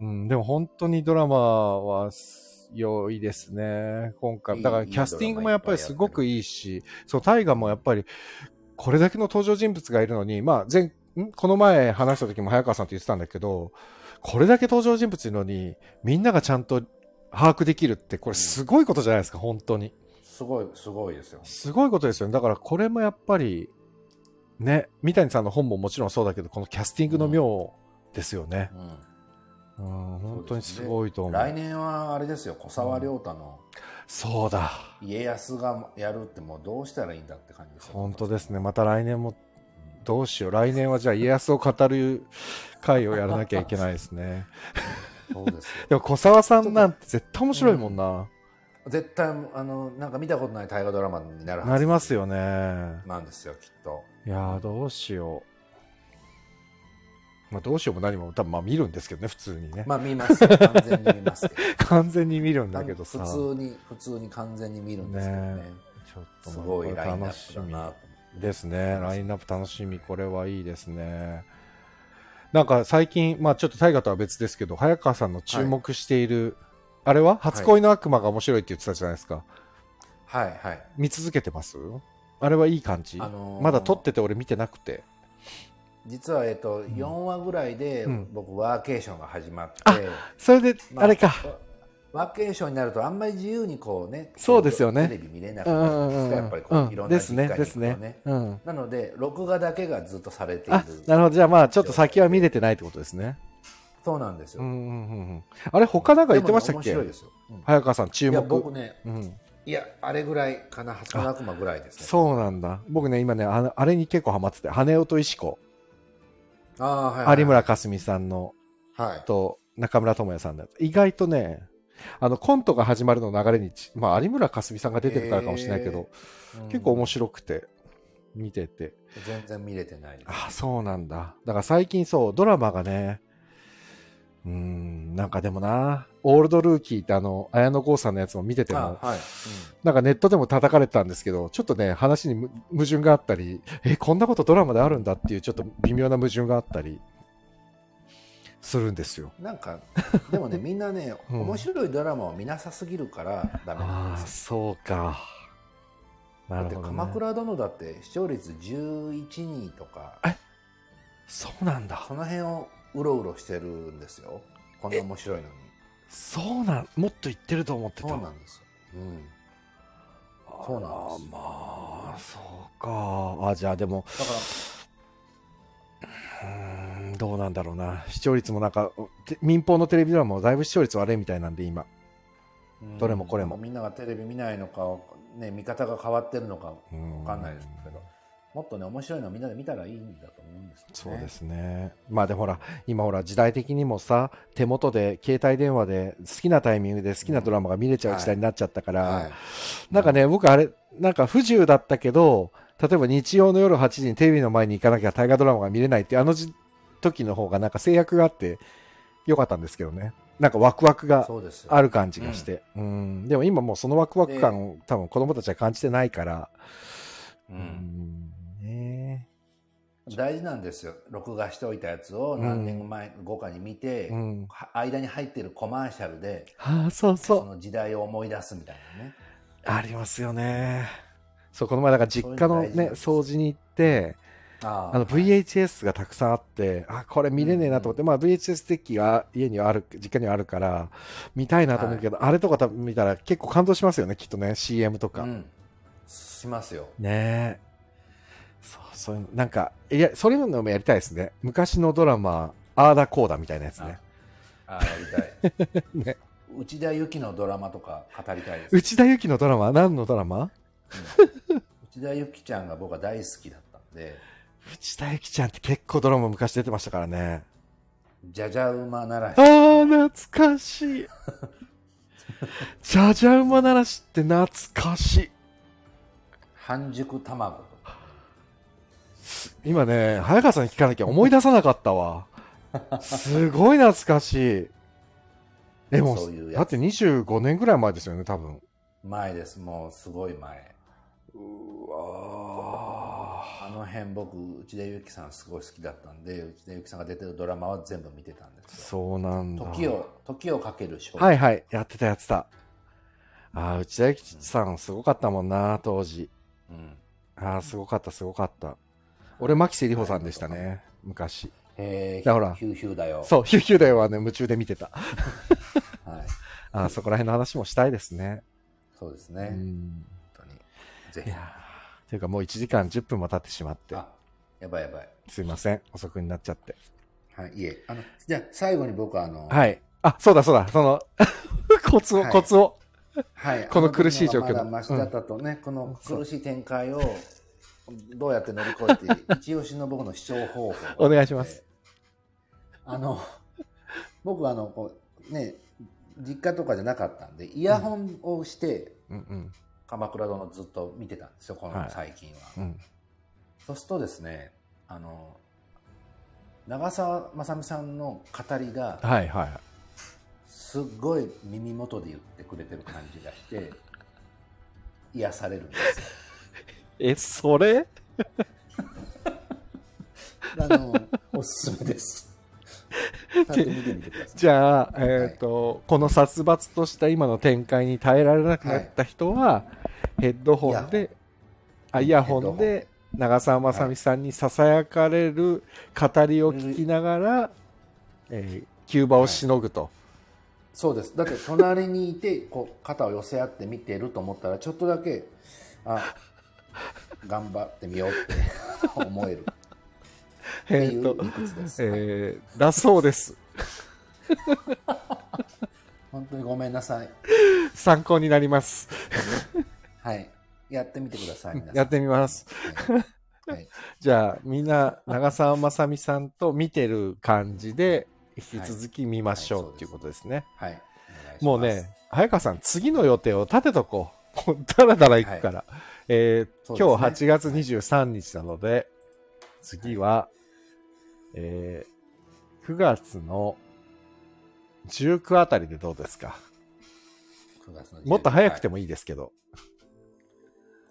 Speaker 1: うん、でも本当にドラマは良いですね、今
Speaker 2: い
Speaker 1: 回。
Speaker 2: い
Speaker 1: だから
Speaker 2: いい
Speaker 1: キャスティングもやっぱりすごくいいし、そう、大河もやっぱり、これだけの登場人物がいるのに、まあ前、んこの前話した時も早川さんと言ってたんだけど、これだけ登場人物いるのに、みんながちゃんと把握できるって、これすごいことじゃないですか、本当に。
Speaker 2: すごい、すごいですよ。
Speaker 1: すごいことですよね。だからこれもやっぱり、ね、三谷さんの本ももちろんそうだけど、このキャスティングの妙ですよね。
Speaker 2: うん
Speaker 1: うん、本当にすごいと思う。
Speaker 2: 来年はあれですよ、小沢亮太の
Speaker 1: そうだ。
Speaker 2: 家康がやるってもうどうしたらいいんだって感じですよ。
Speaker 1: 本当ですね。また来年もどうしよう。来年はじゃあ家康を語る会をやらなきゃいけないです ね。
Speaker 2: そうですよ。
Speaker 1: でも小沢さんなんて絶対面白いもんな。
Speaker 2: 絶対、あの、なんか見たことない大河ドラマになるはず
Speaker 1: なりますよね。
Speaker 2: なんですよ、きっと。
Speaker 1: いやー、どうしよう。まあどうしようも何も多分まあ見るんですけどね、普通にね。
Speaker 2: まあ見ますよ。完全に見ますけど。
Speaker 1: 完全に見るん
Speaker 2: な
Speaker 1: だ
Speaker 2: ん
Speaker 1: け
Speaker 2: か
Speaker 1: ど
Speaker 2: 普
Speaker 1: さ。
Speaker 2: 通に、普通に完全に見るんですけどね。
Speaker 1: ねちょっと
Speaker 2: す
Speaker 1: まあ
Speaker 2: ごい
Speaker 1: これ
Speaker 2: ラインナ
Speaker 1: 楽
Speaker 2: ップ
Speaker 1: し
Speaker 2: だ
Speaker 1: み
Speaker 2: なと思って。
Speaker 1: ですね。ラインナップ楽しみ。これはいいですね。なんか最近、まあちょっと大河とは別ですけど、早川さんの注目している、あれは初恋の悪魔が面白いって言ってたじゃないですか。
Speaker 2: はいはい。
Speaker 1: 見続けてますあれはいい感じ、
Speaker 2: あのー
Speaker 1: まだ撮ってて俺見てなくて。
Speaker 2: 実は、えっと、4話ぐらいで
Speaker 1: うん
Speaker 2: 僕、ワーケーションが始まって、
Speaker 1: それで、
Speaker 2: ま
Speaker 1: あれか。
Speaker 2: ワーケーションになるとあんまり自由にこうね
Speaker 1: そうですよね
Speaker 2: テレビ見れなく
Speaker 1: う
Speaker 2: なる
Speaker 1: んうん
Speaker 2: んです
Speaker 1: う
Speaker 2: がやっぱりこ
Speaker 1: ん
Speaker 2: うい
Speaker 1: うん。
Speaker 2: ろんな
Speaker 1: で
Speaker 2: 時
Speaker 1: す
Speaker 2: 間
Speaker 1: ね、
Speaker 2: に行く
Speaker 1: です
Speaker 2: と
Speaker 1: ね。うん。
Speaker 2: なので録画だけがずっとされてい
Speaker 1: あ、な
Speaker 2: る
Speaker 1: るほど。じゃあまあちょっと先は見れてないってことですね。
Speaker 2: そうなんです
Speaker 1: う
Speaker 2: よ、
Speaker 1: んうんうんうん。あれ他なんか言ってましたっけ、
Speaker 2: でもね面白いですよ、うん
Speaker 1: 早川さん注
Speaker 2: いや
Speaker 1: 目。
Speaker 2: 僕ね
Speaker 1: うん。
Speaker 2: いやあれぐらいかな初恋の悪魔ぐらいですね
Speaker 1: そうなんだ。僕ね、今ね、あのあれに結構ハマってて、羽音石子、
Speaker 2: ああはい、はい、
Speaker 1: 有村架純さんの
Speaker 2: はい
Speaker 1: と中村智也さんのやつ。意外とね、あのコントが始まるの流れにち、まあ、有村架純さんが出てるからかもしれないけど、結構面
Speaker 2: 白
Speaker 1: 白くて、見てて。
Speaker 2: い全然見れてないです
Speaker 1: あ、そうなんだ。だから最近そう、ドラマがね、うーん、なんかでもな、オールドルーキーってあの、綾野剛さんのやつも見てても、
Speaker 2: あはい、
Speaker 1: なんかネットでも叩かれてたんですけど、ちょっとね、話にむ矛盾があったり、え、こんなことドラマであるんだっていう、ちょっと微妙な矛盾があったりするんですよ。
Speaker 2: うんな んかでもねみんなね、
Speaker 1: うん
Speaker 2: 面白いドラマを見なさすぎるからダメなんです
Speaker 1: そ
Speaker 2: よ
Speaker 1: うか。な
Speaker 2: だって鎌倉殿だって視聴率11人とか
Speaker 1: そうなんだ
Speaker 2: そ。の辺をうろうろしてるんですよこんな面白いのに
Speaker 1: そうなん、もっと言ってると思って
Speaker 2: そうなんですよ、うん、そ
Speaker 1: あら
Speaker 2: うなんです
Speaker 1: まあ、そうか。あ、じゃあでも、
Speaker 2: だから
Speaker 1: うーん、どうなんだろうな。視聴率もなんか、て民放のテレビドラマもだいぶ視聴率悪いみたいなんで、今。
Speaker 2: うん
Speaker 1: どれもこれも
Speaker 2: みんながテレビ見ないのか、ね、見方が変わってるのか
Speaker 1: うん
Speaker 2: 分かんないですけどもっとね面白いのをみんなで見たらいいんだと思うんですよね
Speaker 1: そうですね。まあでもほら、今ほら時代的にもさ、手元で携帯電話で好きなタイミングで好きなドラマが見れちゃう時代になっちゃったから、
Speaker 2: はい
Speaker 1: なんかね、僕あれ、なんか不自由だったけど、例えば日曜の夜8時にテレビの前に行かなきゃ大河ドラマが見れないっていうあのじ時の方がなんか制約があってよかったんですけどね。なんかワクワクが
Speaker 2: そうですよ
Speaker 1: ある感じがして。うん、でも今もうそのワクワク感を多分子供たちは感じてないから。
Speaker 2: うん
Speaker 1: うんね
Speaker 2: 大事なんですよ録画しておいたやつを何年前後かに見て、
Speaker 1: うん。
Speaker 2: は間に入ってるコマーシャルで
Speaker 1: ああ、そうそう
Speaker 2: そ。の時代を思い出すみたいなね
Speaker 1: ありますよね。そう、この前、なんか実家の
Speaker 2: そういうの大事なん
Speaker 1: ね、
Speaker 2: です
Speaker 1: 掃除に行って、
Speaker 2: あー
Speaker 1: あの VHS がたくさんあって、あ、これ見れねえなと思って、まあ VHS デッキが家にはある、実家にはあるから、見たいなと思うけど、あれとか多分見たら結構感動しますよね、きっとね、CM とか。
Speaker 2: うん、しますよ
Speaker 1: ねえ。そう、そういうの、なんか、いや、それのもやりたいですね。昔のドラマ、あーだこうだみたいなやつね。
Speaker 2: ああ、やりたい。
Speaker 1: ね
Speaker 2: 内田有紀のドラマとか語りたいです。
Speaker 1: 内田有紀のドラマ何のドラマ
Speaker 2: 内田有紀ちゃんが僕は大好きだったんで、
Speaker 1: 内田有紀ちゃんって結構ドラマ昔出てましたからね。
Speaker 2: じゃじゃ馬なら
Speaker 1: あー、懐かし い。じゃじゃ馬ならしって懐かしい。
Speaker 2: 半熟卵とか。
Speaker 1: 今ね、早川さんに聞かなきゃ思い出さなかったわ。すごい懐かし い。え、も
Speaker 2: そう
Speaker 1: う、
Speaker 2: いうやつ
Speaker 1: だって25年ぐらい前ですよね、多分。
Speaker 2: 前です、もうすごい前。
Speaker 1: うわ
Speaker 2: あの辺僕、内田有紀さんすごい好きだったんで、内田有紀さんが出てるドラマは全部見てたんですよ。
Speaker 1: そうなんだ。
Speaker 2: 時を、時をかける少女。
Speaker 1: はいはい、やってたやってた。ああ、内田有紀さんすごかったもんな、当時。
Speaker 2: うん
Speaker 1: ああ、すごかった、すごかった。俺、牧瀬里穂さんでしたね、昔。
Speaker 2: へえ、
Speaker 1: だから
Speaker 2: ヒューヒューだよ。
Speaker 1: そう、ヒューヒューだよはね、夢中で見てた。
Speaker 2: はい。
Speaker 1: ああ、そこら辺の話もしたいですね。
Speaker 2: そうです
Speaker 1: う
Speaker 2: ね。本
Speaker 1: ん。
Speaker 2: 当に。ぜ
Speaker 1: い
Speaker 2: ひ。
Speaker 1: やーというかもう1時間10分も経ってしまって、
Speaker 2: あ、やばいやばい。
Speaker 1: すいません、遅くになっちゃって。
Speaker 2: はい、いえ。あの、じゃあ最後に僕はあの、
Speaker 1: はい。あ、そうだそうだ、その、 コツを、
Speaker 2: はい
Speaker 1: コツを。
Speaker 2: はい、
Speaker 1: この苦しい状況
Speaker 2: あの時のまだマシだったとね、この苦しい展開をどうやって乗り越えて、一押しの僕の視聴方法。
Speaker 1: お願いします。
Speaker 2: あの、僕はあの、こう、ね、実家とかじゃなかったんで、イヤホンをして、
Speaker 1: うんうん。
Speaker 2: 鎌倉殿ずっと見てたんですよ、この最近は。
Speaker 1: うん。
Speaker 2: そうするとですね、あの、長澤まさみさんの語りが、
Speaker 1: はいはい。
Speaker 2: すっごい耳元で言ってくれてる感じがして、癒されるんですよ。
Speaker 1: え、それ
Speaker 2: あの、おすすめです。ちゃんと見てみてください。
Speaker 1: じゃあ、えっ、と、この殺伐とした今の展開に耐えられなくなった人は、ヘッドホンで、あ、イヤホン
Speaker 2: ヘッ
Speaker 1: で、長澤まさみさんにささやかれる語りを聞きながら、えーキューバをしのぐと。
Speaker 2: そうです。だって隣にいて、こう、肩を寄せ合って見てると思ったら、ちょっとだけ、あ、頑張ってみようって 思えるって
Speaker 1: え
Speaker 2: い
Speaker 1: ー
Speaker 2: う
Speaker 1: と、
Speaker 2: 理屈です。はい
Speaker 1: えーだそうです。
Speaker 2: 本当にごめんなさい。
Speaker 1: 参考になります。
Speaker 2: はい。やってみてください、皆さん。
Speaker 1: やってみます。
Speaker 2: はいはい。
Speaker 1: じゃあ、みんな、長澤まさみさんと見てる感じで、引き続き見ましょう、
Speaker 2: はいはい
Speaker 1: っていうことですね。
Speaker 2: はい。お願いします
Speaker 1: もうね、、早川さん、次の予定を立てとこう。もう だらだら行くから。えー
Speaker 2: そうですね
Speaker 1: 今日8月23日なので、次は、えー9月の19あたりでどうですか。
Speaker 2: 9月の19
Speaker 1: もっと早くてもいいですけど、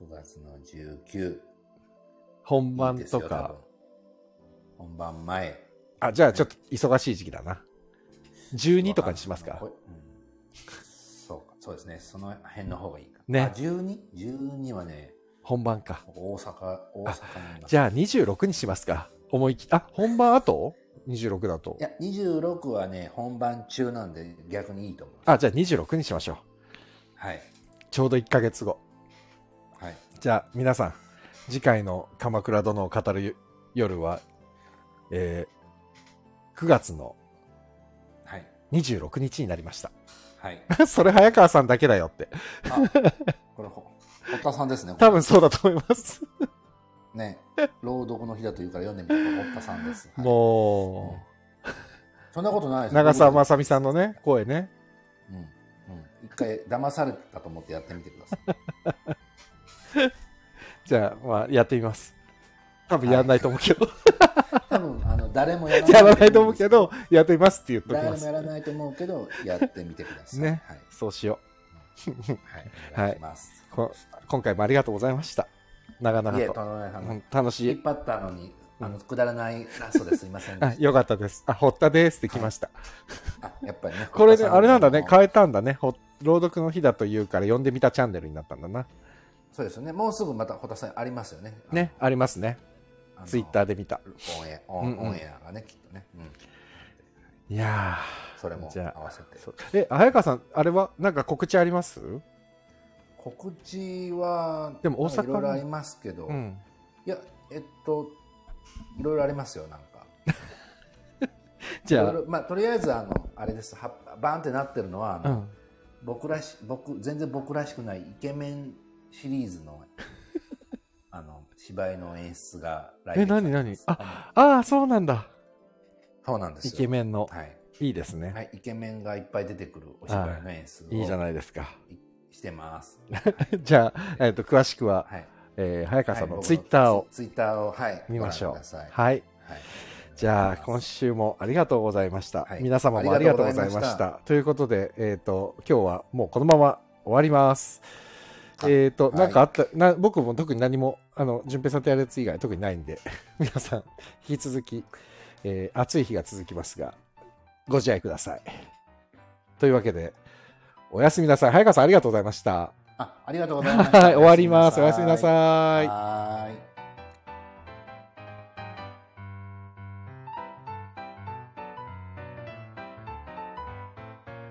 Speaker 2: 9月の19。
Speaker 1: 本
Speaker 2: いい
Speaker 1: 番
Speaker 2: ですよ
Speaker 1: とか、。
Speaker 2: 多分本番前。
Speaker 1: あ、じゃあちょっと忙しい時期だな。12とかにします
Speaker 2: あ
Speaker 1: か
Speaker 2: こ。うんそうか、そうですね。その辺の方がいいか。
Speaker 1: ね
Speaker 2: ね。12?12 はね、
Speaker 1: 本番か。
Speaker 2: 大阪、大阪にいます。
Speaker 1: じゃあ26にしますか。思いき、あ、本番後 ?26 だと
Speaker 2: い。や、26はね、本番中なんで逆にいいと思う。
Speaker 1: あ、じゃあ26にしましょう。
Speaker 2: はい。
Speaker 1: ちょうど1ヶ月後。
Speaker 2: はい。
Speaker 1: じゃあ皆さん次回の「鎌倉殿を語る夜は」えー9月の
Speaker 2: はい。
Speaker 1: 26日になりました
Speaker 2: はい。
Speaker 1: それ早川さんだけだよって
Speaker 2: あ、これ、ほ、堀田さんですね。
Speaker 1: 多分そうだと思います
Speaker 2: ね。朗読の日だというから読んでみて、堀田さんです。はい
Speaker 1: も
Speaker 2: そんなことないで
Speaker 1: う
Speaker 2: す
Speaker 1: 長澤ま
Speaker 2: さ
Speaker 1: さみさんのね声ね
Speaker 2: うん。うん。一回騙されたと思ってやってみてください。
Speaker 1: じゃあまあやってみます多分やんないと思うけど、
Speaker 2: 多分、あの、誰もや
Speaker 1: やらないと思うけどやってみますって言っとき
Speaker 2: 誰
Speaker 1: ま
Speaker 2: もや
Speaker 1: す
Speaker 2: らないと思うけど、やってみてください。
Speaker 1: ね
Speaker 2: はい。
Speaker 1: そうしよ
Speaker 2: はい。お
Speaker 1: はい
Speaker 2: 願いします。
Speaker 1: うこ今回もありがとうございました長々
Speaker 2: いえ、
Speaker 1: と
Speaker 2: 殿内さん
Speaker 1: う
Speaker 2: の
Speaker 1: ん楽し
Speaker 2: 引っ
Speaker 1: い
Speaker 2: 張ったのに、あの、くだらないラストですいませんで
Speaker 1: あ
Speaker 2: し
Speaker 1: よかったですあ堀田ですって来ました、
Speaker 2: た。あ、やっぱりね。
Speaker 1: これ
Speaker 2: 堀
Speaker 1: ね、
Speaker 2: 田さ
Speaker 1: あれなんだね、
Speaker 2: の
Speaker 1: 変えたんだね。ほ朗読の日だというから、呼んでみたチャンネルになったんだな。
Speaker 2: そうですよね。もうすぐまた、ホタさんありますよね。
Speaker 1: ね、ありますね。
Speaker 2: あの。
Speaker 1: ツイッターで見た。
Speaker 2: オンエア、オン
Speaker 1: うんうん
Speaker 2: オンエアがね、きっとね。うん。
Speaker 1: いや
Speaker 2: それも
Speaker 1: じゃあ
Speaker 2: 合わせて
Speaker 1: ー。。そうえ、早川さん、あれは、なんか告知あります
Speaker 2: 告知は、
Speaker 1: でも大阪
Speaker 2: まあいろいろありますけど
Speaker 1: う、ん。
Speaker 2: いや、えっと、いろいろありますよ、なんか。い
Speaker 1: じゃ
Speaker 2: ろいろまあ、とりあえずあのあれですはバーンってなってるのは、あ
Speaker 1: あ、う
Speaker 2: の
Speaker 1: ん。
Speaker 2: 僕らし僕全然僕らしくないイケメンシリー ズのあの芝居の演出が来
Speaker 1: え何
Speaker 2: なんです
Speaker 1: 何
Speaker 2: あ
Speaker 1: ああ、そうなんだ。
Speaker 2: のそうなんです
Speaker 1: イ
Speaker 2: よ
Speaker 1: ケメンの。
Speaker 2: はい
Speaker 1: いいですね。
Speaker 2: はい、イケメンがいっぱい出てくるお芝居の演出を
Speaker 1: いいじゃないですか。
Speaker 2: してます。
Speaker 1: じゃあ、えっ、と、詳しくは、
Speaker 2: はい。
Speaker 1: えー早川さん
Speaker 2: はい
Speaker 1: の
Speaker 2: 僕
Speaker 1: ツイッターを
Speaker 2: ツイツイッターを、はい。
Speaker 1: 見ましょう。
Speaker 2: ご覧くださいは
Speaker 1: は
Speaker 2: い。
Speaker 1: い。じゃあ、今週もありがとうございました。
Speaker 2: はい
Speaker 1: 皆様もありがとうございま
Speaker 2: ありがとうございま
Speaker 1: し。
Speaker 2: した
Speaker 1: ということで、えっ、と、今日はもうこのまま終わります。
Speaker 2: あ
Speaker 1: えっ、と、
Speaker 2: はい
Speaker 1: なんかあった、な、僕も特に何も、あの、順平さんとやるやつ以外特にないんで、 皆さん、引き続き、えー暑い日が続きますが、ご自愛ください。というわけで、おやすみなさい。早川さん、ありがとうございました。
Speaker 2: あ、ありがとうございました。
Speaker 1: はい、終わります。おやすみなさい。
Speaker 2: はーい。